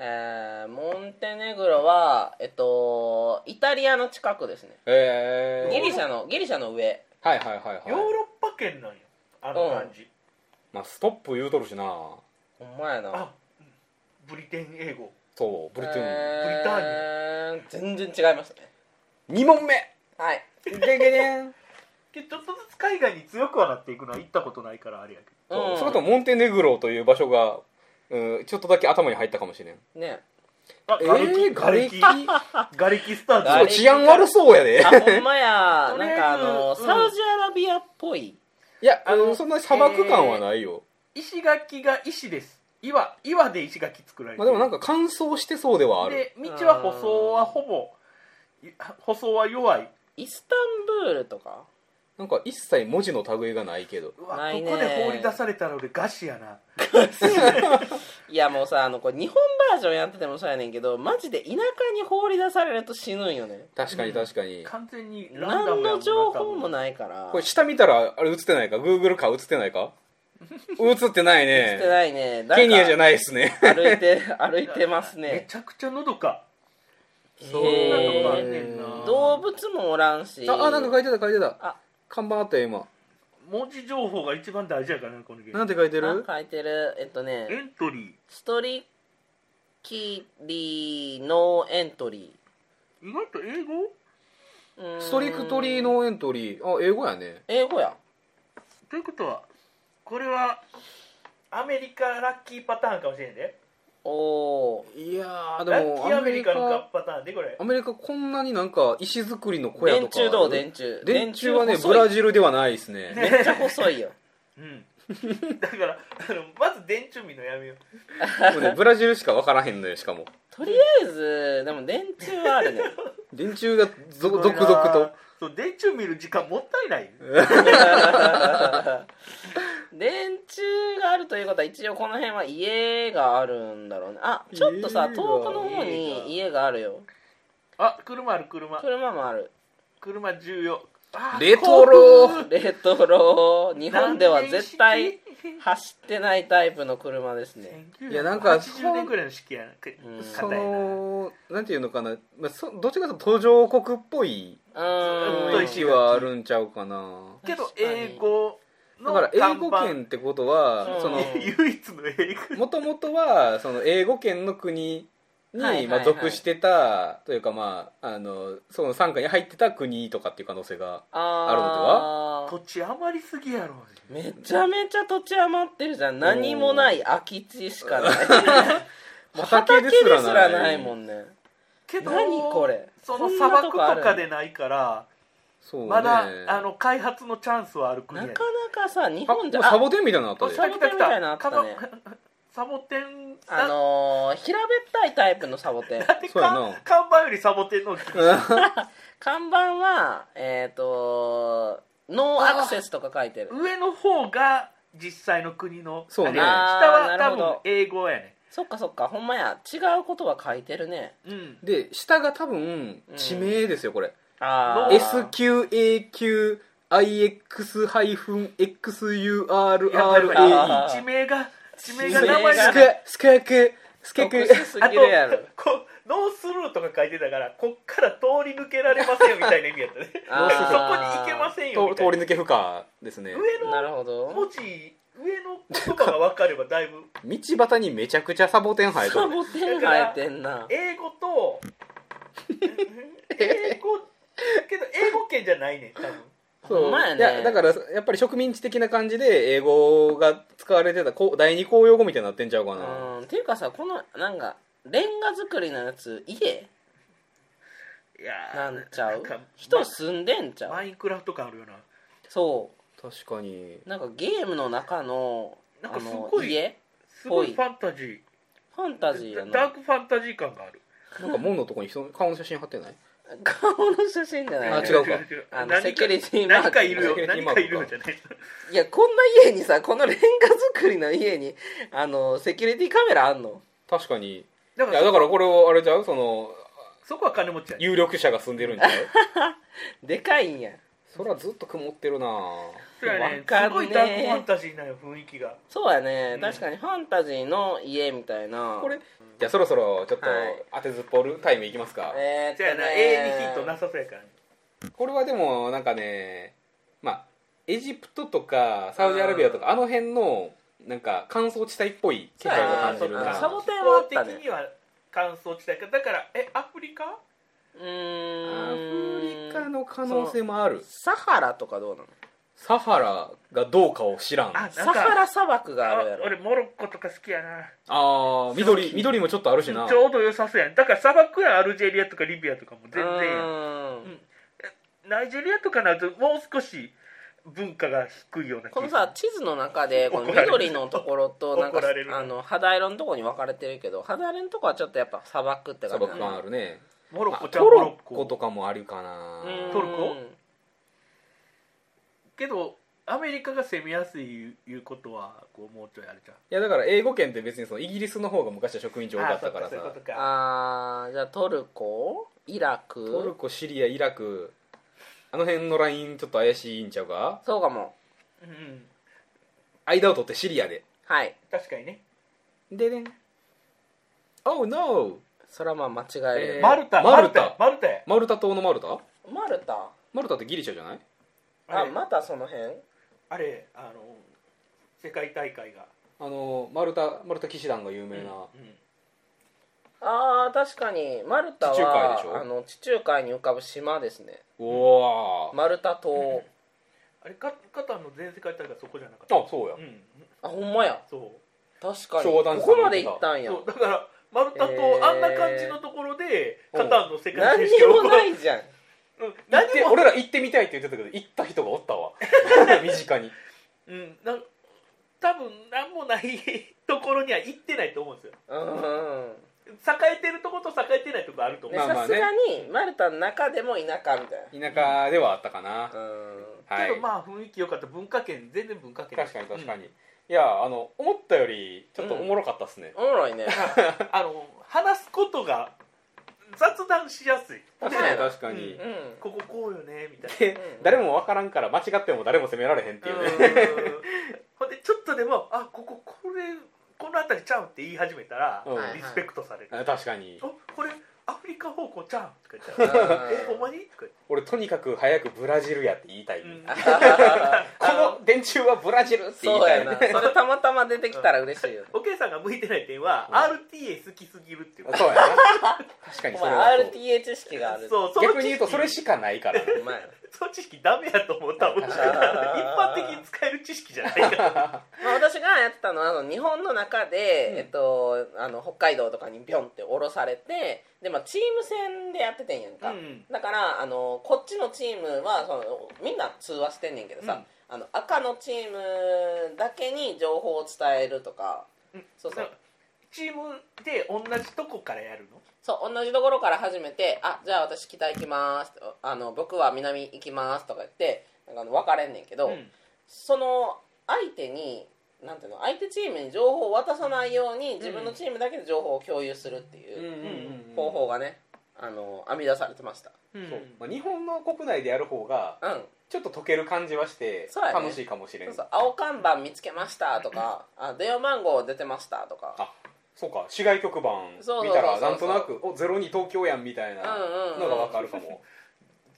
[SPEAKER 2] えー、モンテネグロは、えっと、イタリアの近くですね。
[SPEAKER 1] えー、
[SPEAKER 2] ギリシャの、ギリシャの上。
[SPEAKER 1] はいはいはい
[SPEAKER 3] ヨー
[SPEAKER 1] はい、
[SPEAKER 3] ロッパ圏なんやあの感じ、
[SPEAKER 1] まあ、ストップ言うとるしな
[SPEAKER 2] ほんまやな。
[SPEAKER 3] あブリテン英語
[SPEAKER 1] そうブリトゥーン、
[SPEAKER 3] ブリタ
[SPEAKER 2] えー全然違いますね
[SPEAKER 1] 2問目
[SPEAKER 2] はい
[SPEAKER 1] でででん
[SPEAKER 3] けどちょっとずつ海外に強くはなっていくのは行ったことないからあれやけ
[SPEAKER 1] そう
[SPEAKER 2] うん
[SPEAKER 1] それとモンテネグロという場所が、うん、ちょっとだけ頭に入ったかもしれん
[SPEAKER 2] ね
[SPEAKER 3] どあ
[SPEAKER 1] えー
[SPEAKER 3] 瓦礫瓦礫スタート
[SPEAKER 2] 瓦礫
[SPEAKER 1] 治安悪そうやで
[SPEAKER 2] あほんま や
[SPEAKER 3] とりあ
[SPEAKER 2] な
[SPEAKER 3] え
[SPEAKER 2] ん
[SPEAKER 3] ず
[SPEAKER 2] かあの、
[SPEAKER 3] うん
[SPEAKER 2] サウジアラビアっぽい
[SPEAKER 1] いやあ
[SPEAKER 3] あの
[SPEAKER 1] のそんなに砂漠感はないよ、
[SPEAKER 3] 石垣が石です岩岩で石垣作られて
[SPEAKER 1] まあ、
[SPEAKER 3] る
[SPEAKER 1] でもなんか乾燥してそうではある
[SPEAKER 3] で道は舗装はほぼい舗装は弱い
[SPEAKER 2] イスタンブールとか
[SPEAKER 1] なんか一切文字の類がないけど
[SPEAKER 3] うわ
[SPEAKER 2] ないね
[SPEAKER 3] ここで放り出されたので餓死やない
[SPEAKER 2] やもうさあのこれ日本バージョンやっててもそうやねんけどマジで田舎に放り出されると死ぬんよね
[SPEAKER 1] 確かに確かに、
[SPEAKER 3] 完全にランダム
[SPEAKER 2] 何
[SPEAKER 3] やもん
[SPEAKER 2] の情報も
[SPEAKER 3] い
[SPEAKER 2] ないから
[SPEAKER 1] これ下見たらあれ映ってないか Google か映ってないか映ってないね
[SPEAKER 2] してないね
[SPEAKER 1] ケニアじゃ
[SPEAKER 2] い
[SPEAKER 1] ないっすね
[SPEAKER 2] 歩いて歩いてます
[SPEAKER 3] め
[SPEAKER 2] ね
[SPEAKER 3] ちゃくちゃのどか
[SPEAKER 1] そ
[SPEAKER 3] そんな
[SPEAKER 1] う
[SPEAKER 3] とこあ
[SPEAKER 2] へ
[SPEAKER 3] んねんな
[SPEAKER 2] ー動物もおらんし
[SPEAKER 1] ああなんか書いてた書いてた
[SPEAKER 2] あ
[SPEAKER 1] 看板あったよ今
[SPEAKER 3] 文字情報が一番大事やからねこのゲー
[SPEAKER 1] なん
[SPEAKER 3] ム
[SPEAKER 1] て書いて
[SPEAKER 2] あ
[SPEAKER 1] る
[SPEAKER 2] 書いてるえっとね
[SPEAKER 3] エントリ
[SPEAKER 2] ストリキリノーエントリ
[SPEAKER 3] ー意外と英語
[SPEAKER 2] ーうーん
[SPEAKER 1] ストリクトリーのエントリーあ英語やね
[SPEAKER 2] 英語や
[SPEAKER 3] ということはこれはアメリカラッキーパターンかもしれんね
[SPEAKER 2] おお
[SPEAKER 1] いやー
[SPEAKER 3] ラッ
[SPEAKER 1] でも
[SPEAKER 3] キーアメリカのパターンでこれ
[SPEAKER 1] アメリカこんなになんか石造りの小屋
[SPEAKER 2] 電
[SPEAKER 1] とか
[SPEAKER 2] 柱
[SPEAKER 1] ある
[SPEAKER 2] どう電柱
[SPEAKER 1] 電柱はねブ
[SPEAKER 2] 細
[SPEAKER 1] ラ
[SPEAKER 2] い
[SPEAKER 1] ジルではないですね
[SPEAKER 3] ね
[SPEAKER 2] めっちゃ細 いよ
[SPEAKER 3] うん だからあのまず電柱見のやめよう
[SPEAKER 1] もうねブラジルしか分からへんのよしかも
[SPEAKER 2] とりあえずでも電柱はあ るね
[SPEAKER 1] 電柱がぞ続
[SPEAKER 3] すごいな
[SPEAKER 1] 々と
[SPEAKER 3] そう電柱見る時間もったいない
[SPEAKER 2] 電柱があるということは一応この辺は家があるんだろうねあちょっとさ
[SPEAKER 1] 家が
[SPEAKER 2] 遠くの方に家があるよ
[SPEAKER 3] あ車ある車
[SPEAKER 2] 車もある
[SPEAKER 3] 車重要あー
[SPEAKER 1] レトロ
[SPEAKER 3] 航
[SPEAKER 2] レトロ日
[SPEAKER 3] 空
[SPEAKER 2] 本では絶対
[SPEAKER 3] 何
[SPEAKER 2] 走ってないタイプの車ですね
[SPEAKER 3] 年式
[SPEAKER 1] いやなんか
[SPEAKER 3] 80年ぐらいの式やなく
[SPEAKER 2] うん
[SPEAKER 1] そ
[SPEAKER 3] 型やな
[SPEAKER 1] のなんていうのかな、まあ、そどっちかというと途上国っぽいう
[SPEAKER 2] ーん
[SPEAKER 1] 雰囲気はあるんちゃうかな
[SPEAKER 3] けど
[SPEAKER 2] 確かに
[SPEAKER 3] 英語
[SPEAKER 1] だ
[SPEAKER 3] の
[SPEAKER 1] から
[SPEAKER 3] 看板
[SPEAKER 1] 英語圏ってことは
[SPEAKER 2] うん
[SPEAKER 1] その
[SPEAKER 3] 唯一の英語
[SPEAKER 1] もともとはその英語圏の国
[SPEAKER 2] はいはい
[SPEAKER 1] に
[SPEAKER 2] は
[SPEAKER 1] ま
[SPEAKER 2] い
[SPEAKER 1] あ属してたというかまああのその傘下に入ってた国とかっていう可能性が
[SPEAKER 2] あ
[SPEAKER 1] あ
[SPEAKER 2] は
[SPEAKER 1] るので
[SPEAKER 3] 土地余りすぎやろ
[SPEAKER 2] めちゃめちゃ土地余ってるじゃん何もない空き地しかないもう 畑ですらないもんね
[SPEAKER 3] けど
[SPEAKER 2] 何これ
[SPEAKER 3] その
[SPEAKER 2] こん
[SPEAKER 3] 砂
[SPEAKER 2] な
[SPEAKER 3] 漠
[SPEAKER 2] と
[SPEAKER 3] と
[SPEAKER 2] こある
[SPEAKER 3] かでないから
[SPEAKER 1] そうね
[SPEAKER 3] まだあの開発のチャンスはある国
[SPEAKER 2] なか
[SPEAKER 3] や
[SPEAKER 2] な
[SPEAKER 3] ね
[SPEAKER 2] かさ日
[SPEAKER 1] あ
[SPEAKER 2] 本じゃ
[SPEAKER 1] もうサ
[SPEAKER 2] あ
[SPEAKER 1] ボテンみたいなのあった
[SPEAKER 2] あ
[SPEAKER 1] で
[SPEAKER 2] サボテンみたいなのあったね
[SPEAKER 3] 来たサボテン
[SPEAKER 2] あのー、平べったいタイプのサボ テン
[SPEAKER 3] だって
[SPEAKER 1] そうや
[SPEAKER 3] 看
[SPEAKER 1] な
[SPEAKER 3] 看板よりサボテンの方が気にし
[SPEAKER 2] 看板はえっ、とノーアクセスとか書いてる
[SPEAKER 3] 上の方が実際の国の
[SPEAKER 1] そうね
[SPEAKER 3] あれ下
[SPEAKER 2] あ
[SPEAKER 3] は
[SPEAKER 2] ーな
[SPEAKER 3] 多
[SPEAKER 2] るほど
[SPEAKER 3] 分英語やね
[SPEAKER 2] そっかそっかほんまや違うことは書いてるね
[SPEAKER 3] うん
[SPEAKER 1] で下が多分地名ですよこれ、
[SPEAKER 2] ああ
[SPEAKER 1] SQAQIX-XURRAE
[SPEAKER 2] あー
[SPEAKER 3] 地名が地名
[SPEAKER 1] ス
[SPEAKER 3] が
[SPEAKER 1] ケ
[SPEAKER 3] 名前
[SPEAKER 2] 地名
[SPEAKER 3] が
[SPEAKER 2] が
[SPEAKER 1] スケスケクスケ
[SPEAKER 2] 特
[SPEAKER 1] ク
[SPEAKER 2] 殊すぎるやろ
[SPEAKER 3] こうノースルーとか書いてたからこっから通り抜けられませんみたいな意味やったね
[SPEAKER 2] あ
[SPEAKER 3] そこに
[SPEAKER 2] ー
[SPEAKER 3] 行けませんよ
[SPEAKER 1] と
[SPEAKER 3] み
[SPEAKER 1] 通
[SPEAKER 3] たい
[SPEAKER 1] り
[SPEAKER 3] な
[SPEAKER 1] 抜け不可ですね
[SPEAKER 3] 上の
[SPEAKER 2] なるほど
[SPEAKER 3] 文字上の言葉が分かればだいぶ
[SPEAKER 1] 道端にめちゃくちゃサボテン生えと
[SPEAKER 2] サ
[SPEAKER 1] る
[SPEAKER 2] ボテン生えてんな
[SPEAKER 3] 英語 と英語けど英語圏じゃないねん多分
[SPEAKER 2] ほんまやね
[SPEAKER 1] いやだからやっぱり植民地的な感じで英語が使われてたこう第二公用語みたいになってんちゃうかな
[SPEAKER 2] うんっていうかさこのなんかレンガ作りのやつ家
[SPEAKER 3] いやー
[SPEAKER 2] なんちゃう
[SPEAKER 3] なんか
[SPEAKER 2] 人住んでんちゃう、
[SPEAKER 3] マインクラフト感あるよな
[SPEAKER 2] そ
[SPEAKER 1] 確かに
[SPEAKER 2] うなんかゲームの中の
[SPEAKER 3] なんか
[SPEAKER 2] あの
[SPEAKER 3] すごい
[SPEAKER 2] 家
[SPEAKER 3] すごい
[SPEAKER 2] ぽい
[SPEAKER 3] ファンタジー
[SPEAKER 2] ファンタジーや
[SPEAKER 3] ダー
[SPEAKER 2] な
[SPEAKER 3] クファンタジー感がある
[SPEAKER 1] なんか門のとこに人の顔の写真貼ってない
[SPEAKER 2] 顔の写真じゃない
[SPEAKER 1] あ違うか
[SPEAKER 3] う
[SPEAKER 2] あの
[SPEAKER 3] 何か
[SPEAKER 2] セキュリティマーク
[SPEAKER 3] 何かいるよ
[SPEAKER 1] セキュリティ
[SPEAKER 3] 何
[SPEAKER 1] マー
[SPEAKER 3] か
[SPEAKER 1] ク
[SPEAKER 3] いるよじゃない
[SPEAKER 2] いやこんな家にさこのレンガ作りの家にあのセキュリティカメラあんの
[SPEAKER 1] 確かにい
[SPEAKER 3] だから
[SPEAKER 1] やだからこれをあれじゃうその
[SPEAKER 3] そこは金持ちやね
[SPEAKER 1] 有力者が住んで るんじゃない
[SPEAKER 2] でかいんや
[SPEAKER 1] そらずっと曇ってるな
[SPEAKER 3] そうやね
[SPEAKER 2] わかんね
[SPEAKER 3] すごいダークファンタジーな雰囲気が
[SPEAKER 2] そうやね、
[SPEAKER 3] うん
[SPEAKER 2] 確かにファンタジーの家みたいな
[SPEAKER 1] これじゃあそろそろちょっと
[SPEAKER 2] はい
[SPEAKER 1] 当てずっぽるタイムいきますか
[SPEAKER 2] えー、っと
[SPEAKER 3] そうやな
[SPEAKER 2] ね
[SPEAKER 3] A にヒントなさそうやからね
[SPEAKER 1] これはでもなんかねまあエジプトとかサウジアラビアとかあの辺のなんか乾燥地帯っぽい気
[SPEAKER 2] そうや
[SPEAKER 1] 配を
[SPEAKER 2] な
[SPEAKER 1] 感じる
[SPEAKER 2] そ
[SPEAKER 1] な
[SPEAKER 2] っかサボテンはあったね
[SPEAKER 3] 気候的には乾燥地帯かだからえアフリカ
[SPEAKER 2] うーん
[SPEAKER 1] アフリカの可能性もある
[SPEAKER 2] サハラとかどうなの
[SPEAKER 1] サハラがどうかを知らん
[SPEAKER 3] あ
[SPEAKER 1] あ
[SPEAKER 2] サハラ砂漠があるや
[SPEAKER 3] あ
[SPEAKER 2] ろ
[SPEAKER 3] 俺モロッコとか好きやな
[SPEAKER 1] あー緑緑もちょっとあるしな
[SPEAKER 3] ちょうど良さそうやんだから砂漠やんアルジェリアとかリビアとかも全然
[SPEAKER 2] う
[SPEAKER 3] やん
[SPEAKER 2] ーん
[SPEAKER 3] うんナイジェリアとかなるともう少し文化が低いような気
[SPEAKER 2] この
[SPEAKER 3] が
[SPEAKER 2] さ地図の中でこの
[SPEAKER 3] 怒られる
[SPEAKER 2] 緑のところとなんか
[SPEAKER 3] 怒られる
[SPEAKER 2] あの肌色のところに分かれてるけど肌色のとこはちょっとやっぱ砂漠って
[SPEAKER 1] 砂
[SPEAKER 2] 感じな
[SPEAKER 1] 漠
[SPEAKER 2] の
[SPEAKER 1] 感あるね、
[SPEAKER 3] するモロッ
[SPEAKER 1] ま
[SPEAKER 3] コ
[SPEAKER 1] あ
[SPEAKER 3] ちゃ
[SPEAKER 1] ト
[SPEAKER 3] んモ
[SPEAKER 1] ロ
[SPEAKER 3] ロッ
[SPEAKER 1] ッコ
[SPEAKER 3] コ
[SPEAKER 1] とかもあるかな
[SPEAKER 2] うん
[SPEAKER 3] トルコけどアメリカが攻めやすいいうことはこうもうちょいあれじゃん
[SPEAKER 1] いやだから英語圏って別にそのイギリスの方が昔は植民地多かったから
[SPEAKER 3] あそうそ
[SPEAKER 1] さ
[SPEAKER 3] ういうことか
[SPEAKER 2] あーじゃあトルコイラク
[SPEAKER 1] トルコシリアイラクあの辺のラインちょっと怪しいんちゃうか
[SPEAKER 2] そうかも
[SPEAKER 3] うん
[SPEAKER 1] 間を取ってシリアで
[SPEAKER 2] はい
[SPEAKER 3] 確かにね
[SPEAKER 1] でねん Oh no
[SPEAKER 2] それはまあ間違えるよ
[SPEAKER 1] えー
[SPEAKER 2] ね
[SPEAKER 3] マルタ
[SPEAKER 1] マ
[SPEAKER 3] マ
[SPEAKER 1] ル
[SPEAKER 3] ル
[SPEAKER 1] タ
[SPEAKER 3] タマルタや
[SPEAKER 1] マルタ島のマルタ
[SPEAKER 2] マルタ
[SPEAKER 1] マルタってギリシャじゃない
[SPEAKER 2] あ
[SPEAKER 3] あれ
[SPEAKER 2] またその辺
[SPEAKER 3] あれあの世界大会が
[SPEAKER 1] あのマルタマルタ騎士団が有名な、
[SPEAKER 3] う
[SPEAKER 2] あー確かにマルタ
[SPEAKER 1] 地中海で
[SPEAKER 2] は
[SPEAKER 1] しょ
[SPEAKER 2] あの地中海に浮かぶ島ですね
[SPEAKER 1] うわー、
[SPEAKER 2] マルタ島
[SPEAKER 3] あれカカタンの全世界大会そこじゃなかった
[SPEAKER 1] あそうや
[SPEAKER 3] うん
[SPEAKER 2] あほんまや
[SPEAKER 3] そう
[SPEAKER 2] 確かに
[SPEAKER 1] 昭和
[SPEAKER 2] こ
[SPEAKER 1] 男子さん
[SPEAKER 2] こまで行ったんや
[SPEAKER 3] そうだからマルタと
[SPEAKER 2] えー
[SPEAKER 3] あんな感じのところでカタンの世界
[SPEAKER 2] 何
[SPEAKER 3] 選
[SPEAKER 2] に
[SPEAKER 3] 手権を
[SPEAKER 2] もないじゃん
[SPEAKER 3] うん
[SPEAKER 1] 行っ
[SPEAKER 3] 何
[SPEAKER 1] て
[SPEAKER 3] にも
[SPEAKER 1] 俺ら行ってみたいって言ってたけど行った人がおった わ身近に
[SPEAKER 3] うんなん多分何もないところには行ってないと思うんですよ
[SPEAKER 2] うん
[SPEAKER 3] 栄えてるとこと栄えてないとこあると思
[SPEAKER 2] ね
[SPEAKER 3] う、
[SPEAKER 1] まあま
[SPEAKER 2] さ
[SPEAKER 1] あ
[SPEAKER 2] す
[SPEAKER 1] ね
[SPEAKER 2] がにマルタの中でも田舎みたい
[SPEAKER 1] 田舎ではあったかな、
[SPEAKER 2] なうん
[SPEAKER 1] はい
[SPEAKER 3] けどまあ雰囲気良かった文化圏全然文化圏
[SPEAKER 1] 確かに確か
[SPEAKER 3] う
[SPEAKER 1] に、
[SPEAKER 3] ん
[SPEAKER 1] いやあの思ったよりちょっとおもろかったっすね、
[SPEAKER 2] おもろいね
[SPEAKER 3] あの話すことが雑談しやすい
[SPEAKER 2] うん
[SPEAKER 1] 確かに確かに、
[SPEAKER 3] うん
[SPEAKER 2] うん
[SPEAKER 3] こここうよねみたいな
[SPEAKER 1] で誰もわからんから間違っても誰も責められへんっていうね、
[SPEAKER 3] ほんでちょっとでも「あこここれこの辺りちゃう」って言い始めたら、
[SPEAKER 1] うん
[SPEAKER 2] はい
[SPEAKER 3] リスペクトされる「
[SPEAKER 1] あ確かに
[SPEAKER 3] おこれアフリカ方向ちゃう」とか言っ
[SPEAKER 2] う
[SPEAKER 3] た
[SPEAKER 2] ん
[SPEAKER 3] ら「えほんまに?」とか
[SPEAKER 1] 俺とにかく早くブラジルやって言いたい、
[SPEAKER 3] 言って、うん
[SPEAKER 1] こ
[SPEAKER 2] あ
[SPEAKER 1] の電柱はブラジルって言 い
[SPEAKER 2] そう
[SPEAKER 1] たい
[SPEAKER 2] やなそれたまたま出てきたら嬉しいよね
[SPEAKER 3] おけいさんが向いてない点は、
[SPEAKER 1] うん
[SPEAKER 3] RTA 好きすぎるっていう
[SPEAKER 1] そうやな確か に
[SPEAKER 2] お
[SPEAKER 1] それは
[SPEAKER 2] 前
[SPEAKER 1] そう
[SPEAKER 2] RTA 知識がある
[SPEAKER 3] そうその
[SPEAKER 1] 逆に言うとそれ
[SPEAKER 3] 知識
[SPEAKER 1] しかないから
[SPEAKER 2] お前ら
[SPEAKER 3] その知識ダメやと思う多分一般的に使える知識じゃないから
[SPEAKER 2] まあ、私がやってたのはあの日本の中で、えっと、あの北海道とかにビョンって降ろされてで、まあ、チーム戦でやっててんやんか、
[SPEAKER 3] うん
[SPEAKER 2] だからあのこっちのチームはそのみんな通話してんねんけどさ、あの赤のチームだけに情報を伝えるとか、
[SPEAKER 3] うん
[SPEAKER 2] そうそう
[SPEAKER 3] チームで同じとこからやるの
[SPEAKER 2] そう同じところから始めて「あじゃあ私北行きます」あの「僕は南行きます」とか言ってなんかあの分かれんねんけど、
[SPEAKER 3] うん
[SPEAKER 2] その相手になんていうの相手チームに情報を渡さないように自分のチームだけで情報を共有するっていう方法がね、あの編み出されてました
[SPEAKER 3] うん
[SPEAKER 1] そうまあ日本の国内でやる方が
[SPEAKER 2] うん
[SPEAKER 1] ちょっと解ける感じはして
[SPEAKER 2] そうやね
[SPEAKER 1] 楽しいかもしれん
[SPEAKER 2] そうそう青看板見つけましたとかあ電話番号出てましたと か
[SPEAKER 1] あそうか市外局番
[SPEAKER 2] そうそうそうそう
[SPEAKER 1] 見たらなんとなく「お02東京やん」みたいな
[SPEAKER 2] うんうんうん
[SPEAKER 1] のがわかるかも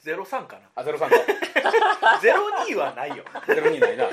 [SPEAKER 3] 03か
[SPEAKER 1] あ03か
[SPEAKER 3] な02はないよ
[SPEAKER 1] 02ないな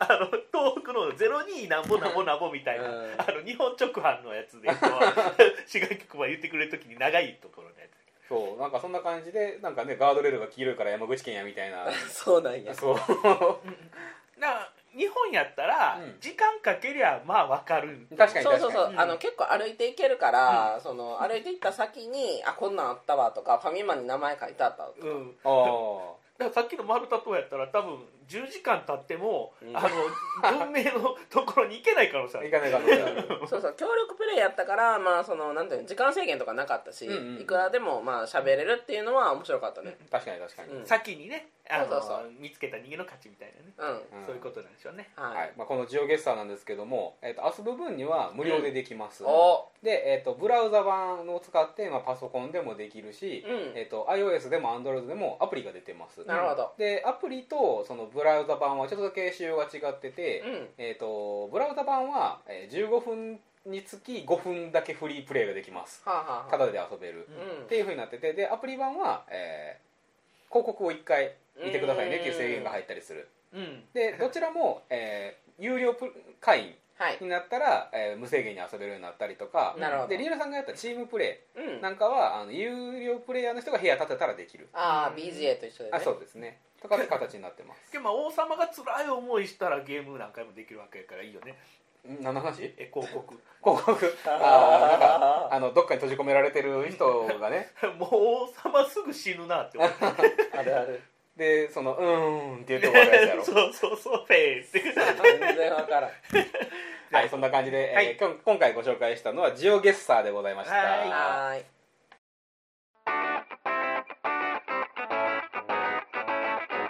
[SPEAKER 3] あの東北の02なんぼなんぼなんぼみたいな、
[SPEAKER 2] うん
[SPEAKER 3] あの日本直販のや つでこう志賀局は言ってくれるときに長いところのや
[SPEAKER 1] そうなんかそんな感じで なんかねガードレールが黄色いから山口県やみたいな
[SPEAKER 2] そうなんや
[SPEAKER 1] そう
[SPEAKER 3] つな日本やったら
[SPEAKER 1] うん
[SPEAKER 3] 時間かけりゃまあ分かる
[SPEAKER 1] 確かに確かに
[SPEAKER 2] そうそうそう、
[SPEAKER 3] うん
[SPEAKER 2] あの結構歩いていけるから、その歩いていった先にあこんなんあったわとかファミマに名前書いてあった とか
[SPEAKER 3] うん
[SPEAKER 1] あー
[SPEAKER 3] だからさっきの丸太とやったら多分10時間経っても、
[SPEAKER 2] うん
[SPEAKER 3] あの文明のところに行けない可能性あ
[SPEAKER 1] 行
[SPEAKER 3] る
[SPEAKER 1] かないかも
[SPEAKER 2] そうそう協力プレイやったからまあそのなんていうの時間制限とかなかったし、
[SPEAKER 1] うんうんうん
[SPEAKER 2] いくらでもまあ喋れるっていうのは面白かったね
[SPEAKER 1] 確かに確かに、
[SPEAKER 2] うん
[SPEAKER 3] 先にねあの
[SPEAKER 2] そうそうそ
[SPEAKER 3] 見つけた逃げの勝ちみたいなね、
[SPEAKER 2] うん、
[SPEAKER 1] ん
[SPEAKER 3] そういうことなんでしょうね
[SPEAKER 2] はい、
[SPEAKER 1] はいまあ、このジオゲッサーなんですけども、えっと遊ぶ分には無料でできます、
[SPEAKER 2] お
[SPEAKER 1] で、えっとブラウザ版を使って、まあ、パソコンでもできるし、
[SPEAKER 2] うん
[SPEAKER 1] えっと iOS でも Android でもアプリが出てます
[SPEAKER 2] なるほど
[SPEAKER 1] でアプリとそのブラウザ版はちょっとだけ仕様が違ってて、
[SPEAKER 2] うん
[SPEAKER 1] えー、とブラウザ版はえー15分につき5分だけフリープレイができます
[SPEAKER 2] はあ、はあ
[SPEAKER 1] タ
[SPEAKER 2] はあ、
[SPEAKER 1] ダで遊べる、
[SPEAKER 3] う
[SPEAKER 2] うん
[SPEAKER 1] っていうふうになっててでアプリ版は、えー広告を1回見てくださいねっていう制限が入ったりする
[SPEAKER 3] うん
[SPEAKER 1] でどちらも、えー有料プ会員
[SPEAKER 2] はい
[SPEAKER 1] になったら、えー無制限に遊べるようになったりとか
[SPEAKER 2] なるほど
[SPEAKER 1] でリエラさんがやったチームプレ
[SPEAKER 2] うん
[SPEAKER 1] イなんかはあの有料プレイヤーの人が部屋建てたらできる
[SPEAKER 2] ああ
[SPEAKER 3] うん
[SPEAKER 2] BGA と一緒でね
[SPEAKER 1] あそうですねとかって形に なってます
[SPEAKER 3] でも王様が辛い思いしたらゲーム何回もできるわけやからいいよね
[SPEAKER 1] ん何の話
[SPEAKER 3] え広告
[SPEAKER 1] 広告 あーなんかあのどっかに閉じ込められてる人が ね
[SPEAKER 3] もう王様すぐ死ぬなって思って
[SPEAKER 2] あるある
[SPEAKER 1] でその「うーん」っていうところがやつやろ
[SPEAKER 3] そうそうそうフェイス
[SPEAKER 2] 全然わからん
[SPEAKER 1] はいそんな感じで、えー
[SPEAKER 3] はい
[SPEAKER 1] きょん今回ご紹介したのは「ジオゲッサー」でございました
[SPEAKER 3] はい
[SPEAKER 2] はーい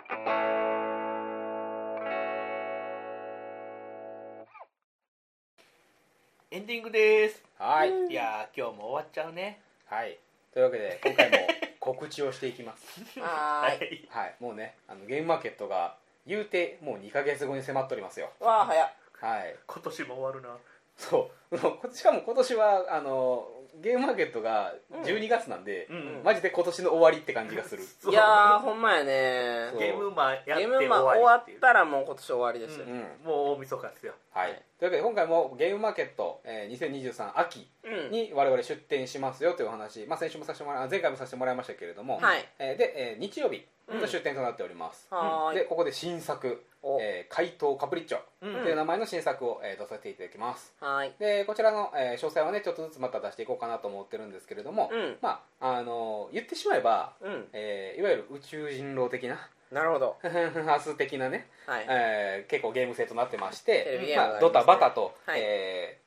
[SPEAKER 3] エンディングです
[SPEAKER 1] はい
[SPEAKER 3] いやー今日も終わっちゃうね
[SPEAKER 1] はいというわけで今 回も告知をしていきます
[SPEAKER 2] はーい
[SPEAKER 1] はいもうねあのゲームマーケットが言うてもう2か月後に迫っておりますよ
[SPEAKER 2] わあ早っ
[SPEAKER 1] はい
[SPEAKER 3] 今年も終わるな
[SPEAKER 1] そう もうしかも今年はあのゲームマーケットが12月なんで、
[SPEAKER 3] うん
[SPEAKER 1] マジで今年の終わりって感じがする
[SPEAKER 3] そう
[SPEAKER 2] いやーほんまやね
[SPEAKER 1] そう
[SPEAKER 3] ゲームマンやって
[SPEAKER 2] ゲー
[SPEAKER 3] 終
[SPEAKER 2] ムマン終
[SPEAKER 3] わ
[SPEAKER 2] わ
[SPEAKER 3] りっ
[SPEAKER 2] って
[SPEAKER 3] いう
[SPEAKER 2] たらもう今年終わりですよ
[SPEAKER 1] う、ん
[SPEAKER 3] もう大晦日ですよ
[SPEAKER 1] は
[SPEAKER 2] はい
[SPEAKER 1] い、というわけで今回もゲームマーケット、えー2023秋
[SPEAKER 2] うん
[SPEAKER 1] に我々出店しますよというお話、まあ、先週もさせてもらあ前回もさせてもらいましたけれども、
[SPEAKER 2] はい
[SPEAKER 1] えーで、えー日曜日
[SPEAKER 2] う
[SPEAKER 1] の
[SPEAKER 2] ん
[SPEAKER 1] 出店となっております、
[SPEAKER 2] はー
[SPEAKER 1] で
[SPEAKER 2] い
[SPEAKER 1] ここで新作
[SPEAKER 2] お
[SPEAKER 1] 「えー怪盗カプリッチョ」
[SPEAKER 3] う
[SPEAKER 1] と
[SPEAKER 3] ん
[SPEAKER 1] いう名前の新作を、えー出させていただきます
[SPEAKER 2] はーい
[SPEAKER 1] でこちらの、えー詳細はねちょっとずつまた出していこうかなと思ってるんですけれども、
[SPEAKER 2] うん
[SPEAKER 1] まああのー言ってしまえば、
[SPEAKER 2] うん
[SPEAKER 1] えーいわゆる宇宙人狼的な
[SPEAKER 2] なるほど
[SPEAKER 1] ハース的なね
[SPEAKER 2] はい
[SPEAKER 1] えー結構ゲーム性となってまし
[SPEAKER 2] テレビ
[SPEAKER 1] て
[SPEAKER 2] ゲーム
[SPEAKER 1] ま
[SPEAKER 2] が
[SPEAKER 1] あ
[SPEAKER 2] ありますね
[SPEAKER 1] ドタバタと、
[SPEAKER 2] はい
[SPEAKER 1] えー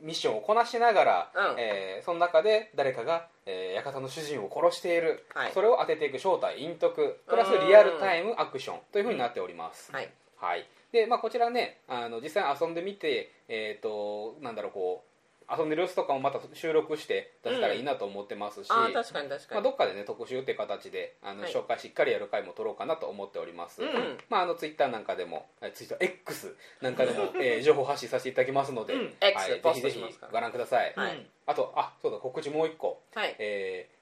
[SPEAKER 1] ミッションをこなしながら、
[SPEAKER 2] うん
[SPEAKER 1] えーその中で誰かが、えー館の主人を殺している、
[SPEAKER 2] はい
[SPEAKER 1] それを当てていく正体隠匿プラスリアルタイムアクションというふうになっております、
[SPEAKER 2] はい
[SPEAKER 1] はいでまあ、こちらねあの実際遊んでみて、えー、となんだろうこう遊んでる様子とかもまた収録して出せたらいいなと思ってますし、
[SPEAKER 2] ああ確かに確
[SPEAKER 1] ま
[SPEAKER 2] か
[SPEAKER 1] あ、
[SPEAKER 2] に
[SPEAKER 1] どっかでね特集って形であの、
[SPEAKER 2] はい
[SPEAKER 1] 紹介しっかりやる回も取ろうかなと思っております、
[SPEAKER 3] うん
[SPEAKER 1] まあ、あのツイッターなんかでもツイッター X なんかで も、えー情報発信させていただきますので、
[SPEAKER 3] うん
[SPEAKER 1] は
[SPEAKER 2] X
[SPEAKER 1] い、ぜ
[SPEAKER 2] ポ
[SPEAKER 1] ひ
[SPEAKER 2] ス
[SPEAKER 1] ぜ
[SPEAKER 2] ト
[SPEAKER 1] ひ
[SPEAKER 2] しますから
[SPEAKER 1] ご覧ください、
[SPEAKER 2] はい
[SPEAKER 1] あとあそうだ告知もう一個、
[SPEAKER 2] はい
[SPEAKER 1] えー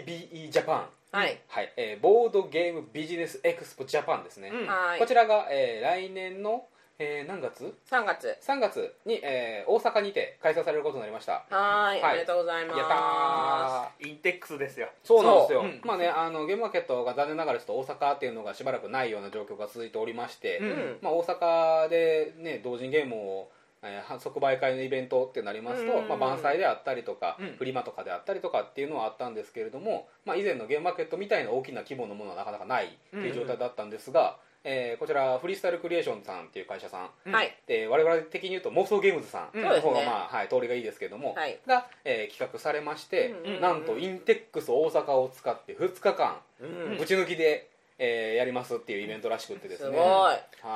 [SPEAKER 1] BGBE ジャパン
[SPEAKER 2] はい
[SPEAKER 1] はい、えーボードゲームビジネスエクスポジャパンですね、
[SPEAKER 3] うん
[SPEAKER 2] はーい
[SPEAKER 1] こちらが、えー来年の、えー何月
[SPEAKER 2] 3月
[SPEAKER 1] ?3 月に、えー大阪にて開催されることになりました
[SPEAKER 2] はーい
[SPEAKER 1] はい
[SPEAKER 2] ありがとうござい
[SPEAKER 1] や
[SPEAKER 2] ま
[SPEAKER 1] った
[SPEAKER 2] す
[SPEAKER 1] ー
[SPEAKER 3] インテックスですよ
[SPEAKER 1] そうなんですよ、
[SPEAKER 3] そううん
[SPEAKER 1] まあねあのゲームマーケットが残念ながらちょっと大阪っていうのがしばらくないような状況が続いておりまして、
[SPEAKER 3] うん
[SPEAKER 1] まあ、大阪で、ね、同人ゲームを、えー即売会のイベントってなりますと、
[SPEAKER 2] うん
[SPEAKER 1] まあ、万歳であったりとか、
[SPEAKER 3] うん
[SPEAKER 1] フリマとかであったりとかっていうのはあったんですけれども、まあ、以前のゲームマーケットみたいな大きな規模のものはなかなかないっていう状態だったんですが、えーこちらフリースタイルクリエーションさんっていう会社さん
[SPEAKER 3] うん
[SPEAKER 2] はい
[SPEAKER 1] で我々的に言うと妄想ゲームズさ
[SPEAKER 3] う
[SPEAKER 1] ん
[SPEAKER 3] ん
[SPEAKER 1] の方
[SPEAKER 2] そうで
[SPEAKER 1] が、
[SPEAKER 2] すね
[SPEAKER 1] まあはい、通りがいいですけども、
[SPEAKER 2] はい
[SPEAKER 1] が、えー企画されまして、
[SPEAKER 2] うんうん
[SPEAKER 1] なんとインテックス大阪を使って2日間
[SPEAKER 2] うん
[SPEAKER 1] ぶち抜きで、えーやりますっていうイベントらしくってです
[SPEAKER 2] す
[SPEAKER 1] ね
[SPEAKER 2] ごい
[SPEAKER 1] は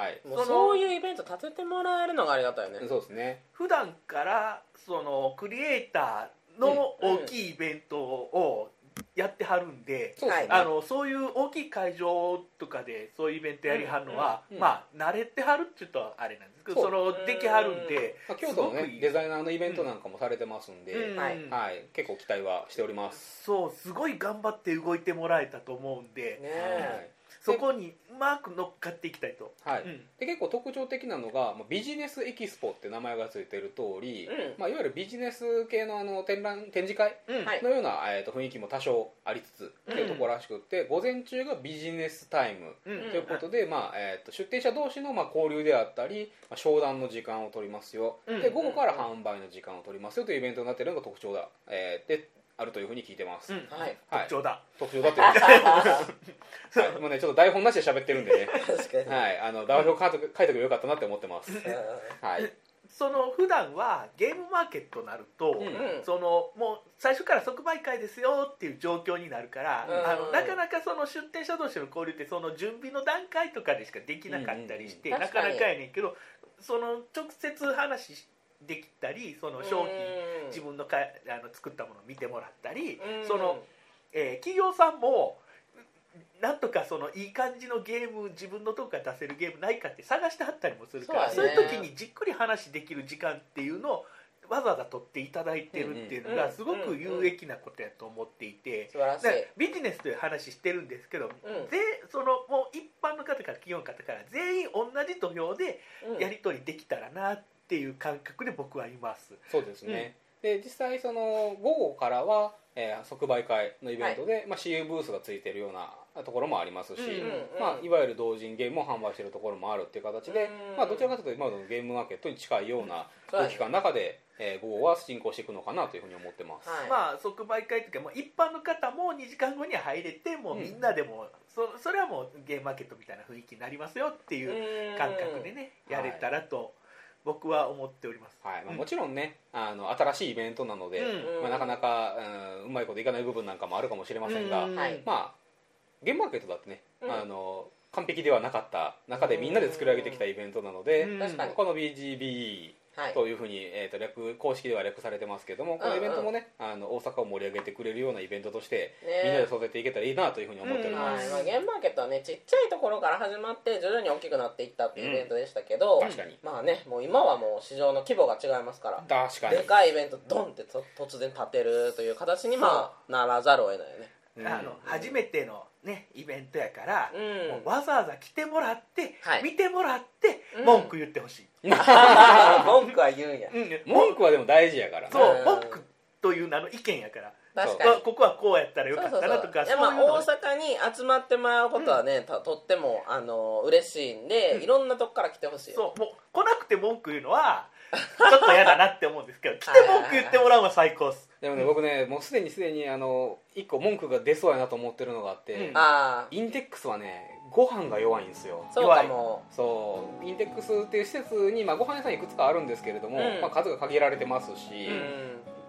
[SPEAKER 1] い
[SPEAKER 2] もうそういうイベント立ててもらえるのがありがたいね
[SPEAKER 1] そうですね
[SPEAKER 3] 普段からそのクリエイターの大きいイベントをやってはるんで、
[SPEAKER 1] そうですね、
[SPEAKER 3] あのそういう大きい会場とかでそういうイベントやりはるのは、
[SPEAKER 1] うんうん
[SPEAKER 3] まあ慣れてはるっていうとあれなんですけどそ
[SPEAKER 1] そ
[SPEAKER 3] うのできはるんで、
[SPEAKER 1] まあ、京都
[SPEAKER 3] すご
[SPEAKER 1] の
[SPEAKER 3] くい
[SPEAKER 1] ね
[SPEAKER 3] い
[SPEAKER 1] デザイナーのイベントなんかもされてますんで、
[SPEAKER 3] うん
[SPEAKER 2] はい
[SPEAKER 1] はい、結構期待はしております、
[SPEAKER 3] そうすごい頑張って動いてもらえたと思うんで、
[SPEAKER 2] ね
[SPEAKER 1] はい
[SPEAKER 2] え
[SPEAKER 3] そこにうまく乗っかっていきたいと、
[SPEAKER 1] はい
[SPEAKER 3] うん
[SPEAKER 1] で結構特徴的なのがまあビジネスエキスポって名前がついてる通り、
[SPEAKER 2] うん
[SPEAKER 1] まあ、いわゆるビジネス系のあの展覧展示会
[SPEAKER 3] うん
[SPEAKER 2] はい
[SPEAKER 1] のような、えー、と雰囲気も多少ありつつ
[SPEAKER 3] うん
[SPEAKER 1] っていうところらしくって、午前中がビジネスタイム
[SPEAKER 3] うん
[SPEAKER 1] ということで、まあえー、と出店者同士のまあ交流であったり、まあ、商談の時間を取りますよ、
[SPEAKER 3] うん
[SPEAKER 1] で午後から販売の時間を取りますよというイベントになっているのが特徴だ、えーであるというふうに聞いてます、
[SPEAKER 3] うん
[SPEAKER 2] はい
[SPEAKER 1] はい
[SPEAKER 3] 特、徴だ、
[SPEAKER 1] 特徴だという はい、もうねちょっと台本なしで喋ってるんでね
[SPEAKER 2] 確かに、
[SPEAKER 1] はいあの台本書いとく書いとけばよかったなって思って ますはい
[SPEAKER 3] その普段はゲームマーケットになると、
[SPEAKER 1] うん
[SPEAKER 2] うん
[SPEAKER 3] そのもう最初から即売会ですよっていう状況になるから、
[SPEAKER 2] うん
[SPEAKER 3] あのなかなかその出店者同士の交流ってその準備の段階とかでしかできなかったりして、
[SPEAKER 2] うんうん
[SPEAKER 3] なかなかやねんけどその直接話できたりその商品
[SPEAKER 2] うん
[SPEAKER 3] 自分のかあの作ったものを見てもらったり、
[SPEAKER 2] うん
[SPEAKER 3] その、えー企業さんもなんとかそのいい感じのゲーム自分のとこから出せるゲームないかって探してはったりもするからそ,、
[SPEAKER 2] そううやね
[SPEAKER 3] いう時にじっくり話できる時間っていうのをわざわざ取っていただいてるっていうの
[SPEAKER 2] うんう
[SPEAKER 3] が
[SPEAKER 2] ん
[SPEAKER 3] すごく有益なことやと思っていて
[SPEAKER 2] 素晴らしい
[SPEAKER 3] だからビジネスという話してるんですけど、
[SPEAKER 2] うん
[SPEAKER 3] ぜそのもう一般の方から企業の方から全員同じ土俵で
[SPEAKER 2] うん
[SPEAKER 3] やり取りできたらなっていう感覚で僕はいます。
[SPEAKER 1] そうですね、で実際その午後からは、えー即売会のイベントで、まあ、CU ブースがついてるようなところもありますし、
[SPEAKER 3] うんうん
[SPEAKER 2] うん
[SPEAKER 1] まあ、いわゆる同人ゲームを販売してるところもあるっていう形で、
[SPEAKER 2] うん
[SPEAKER 1] まあ、どちらかというと今のゲームマーケットに近いような
[SPEAKER 2] そう
[SPEAKER 1] 空
[SPEAKER 2] です
[SPEAKER 1] 気感の中で、えー午後は進行していくのかなというふうに思ってます、
[SPEAKER 2] はい
[SPEAKER 3] まあ、即売会というかもう一般の方も2時間後には入れてもうみんなでも、そそれはもうゲームマーケットみたいな雰囲気になりますよっていう
[SPEAKER 2] うん
[SPEAKER 3] 感覚でね、
[SPEAKER 1] うん
[SPEAKER 3] やれたらと僕は思っております、
[SPEAKER 1] はいまあ、
[SPEAKER 3] うん
[SPEAKER 1] もちろんねあの新しいイベントなので、
[SPEAKER 3] うん
[SPEAKER 1] まあ、なかなか、うん、うまいこといかない部分なんかもあるかもしれませんが、
[SPEAKER 3] うん
[SPEAKER 2] はい
[SPEAKER 1] まあゲームマーケットだってね、
[SPEAKER 2] うん
[SPEAKER 1] あの完璧ではなかった中でみんなで作り上げてきたイベントなので、
[SPEAKER 3] うん
[SPEAKER 2] 確かに
[SPEAKER 1] この BGB
[SPEAKER 2] はい
[SPEAKER 1] というふうに、えー、と略公式では略されてますけどもこ
[SPEAKER 2] うん
[SPEAKER 1] の
[SPEAKER 2] うん
[SPEAKER 1] イベントもね、あの大阪を盛り上げてくれるようなイベントとして、
[SPEAKER 2] ね
[SPEAKER 1] みんなで育てていけたらいいなというふうに思っておりま
[SPEAKER 2] は
[SPEAKER 1] す、
[SPEAKER 2] いまあ、ゲームマーケットはねちっちゃいところから始まって徐々に大きくなっていったっていうイベントでしたけど、
[SPEAKER 1] うん確かに
[SPEAKER 2] まあねもう今はもう市場の規模が違いますから
[SPEAKER 1] 確かに
[SPEAKER 2] でかいイベントドンってと突然立てるという形にまあならざるを得ないよね
[SPEAKER 1] うん
[SPEAKER 3] あの初めての、ね、イベントやから、
[SPEAKER 2] うん
[SPEAKER 3] もうわざわざ来てもらって、
[SPEAKER 2] はい
[SPEAKER 3] 見てもらって
[SPEAKER 2] うん
[SPEAKER 3] 文句言ってほしい、
[SPEAKER 2] 文句は言うんや
[SPEAKER 3] うん
[SPEAKER 1] 文句はでも大事やから
[SPEAKER 3] そ
[SPEAKER 1] な
[SPEAKER 3] う
[SPEAKER 2] うん
[SPEAKER 3] 文句という名の意見やから
[SPEAKER 2] 確か
[SPEAKER 3] わ
[SPEAKER 2] に
[SPEAKER 3] ここはこうやったらよかっ
[SPEAKER 2] そうそう
[SPEAKER 3] た
[SPEAKER 2] そ
[SPEAKER 3] な
[SPEAKER 2] う
[SPEAKER 3] とか
[SPEAKER 2] いやまあ
[SPEAKER 3] そういうのを
[SPEAKER 2] 大阪に集まってもらうことはね、ととってもあの嬉しいんで、いろんなとこから来てほしいよ
[SPEAKER 3] そうもう来なくて文句言うのはちょっと嫌だなって思うんですけど来て文句言ってもらうのは最高っす
[SPEAKER 1] でもね僕ねもうすでにすでにあの一個文句が出そうやなと思ってるのがあって、
[SPEAKER 3] うん
[SPEAKER 2] ああ
[SPEAKER 1] インテックスはねご飯が弱いんですよ
[SPEAKER 2] そうかも
[SPEAKER 1] そうインテックスっていう施設に、まあ、ご飯屋さんいくつかあるんですけれども、
[SPEAKER 2] うん
[SPEAKER 1] まあ、数が限られてますし、
[SPEAKER 2] う
[SPEAKER 1] っ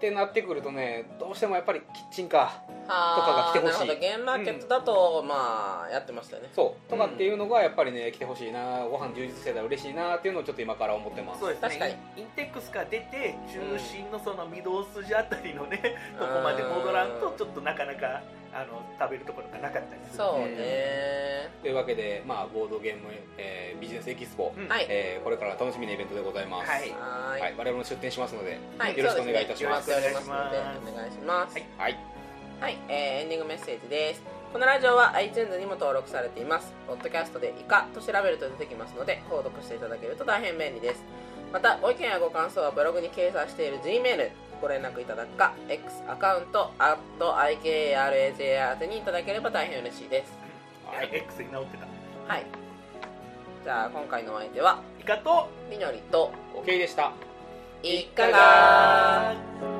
[SPEAKER 2] ん
[SPEAKER 1] てなってくるとねどうしてもやっぱりキッチンカー
[SPEAKER 2] と
[SPEAKER 1] かが来てほしい
[SPEAKER 2] なるほどゲームマーケットだと、まあやってましたよね
[SPEAKER 1] そうとかっていうのがやっぱりね来てほしいなご飯充実してたら嬉しいなっていうのをちょっと今から思ってます
[SPEAKER 3] そうですね
[SPEAKER 2] 確かに
[SPEAKER 3] インインテックスから出て中心のその御堂筋あたりのねとこまで戻らんとちょっとなかなかあの食べるところがなかったりする
[SPEAKER 2] そうね、
[SPEAKER 1] というわけで、まあ、ボードゲーム、えービジネスエキスポ、
[SPEAKER 3] うん
[SPEAKER 2] はい
[SPEAKER 1] えーこれから楽しみなイベントでございます、
[SPEAKER 3] はい
[SPEAKER 2] はーい
[SPEAKER 1] はい、我々も出店しますので、
[SPEAKER 2] はい
[SPEAKER 1] よろしくお願いいたします
[SPEAKER 2] そうですね決まっておりますのでお願いします
[SPEAKER 3] はい
[SPEAKER 1] はい
[SPEAKER 2] はい、えーエンディングメッセージですこのラジオは iTunes にも登録されていますポッドキャストで「イカ」と調べると出てきますので購読していただけると大変便利ですまたご意見やご感想はブログに掲載している G メールご連絡いただくか X アカウント @IKRAJR 宛てにいただければ大変嬉しいです
[SPEAKER 1] はい
[SPEAKER 3] いや X に直ってた
[SPEAKER 2] はいじゃあ今回のお相手は
[SPEAKER 3] イカと
[SPEAKER 2] りのりと
[SPEAKER 1] OK でした
[SPEAKER 2] イカが
[SPEAKER 3] ー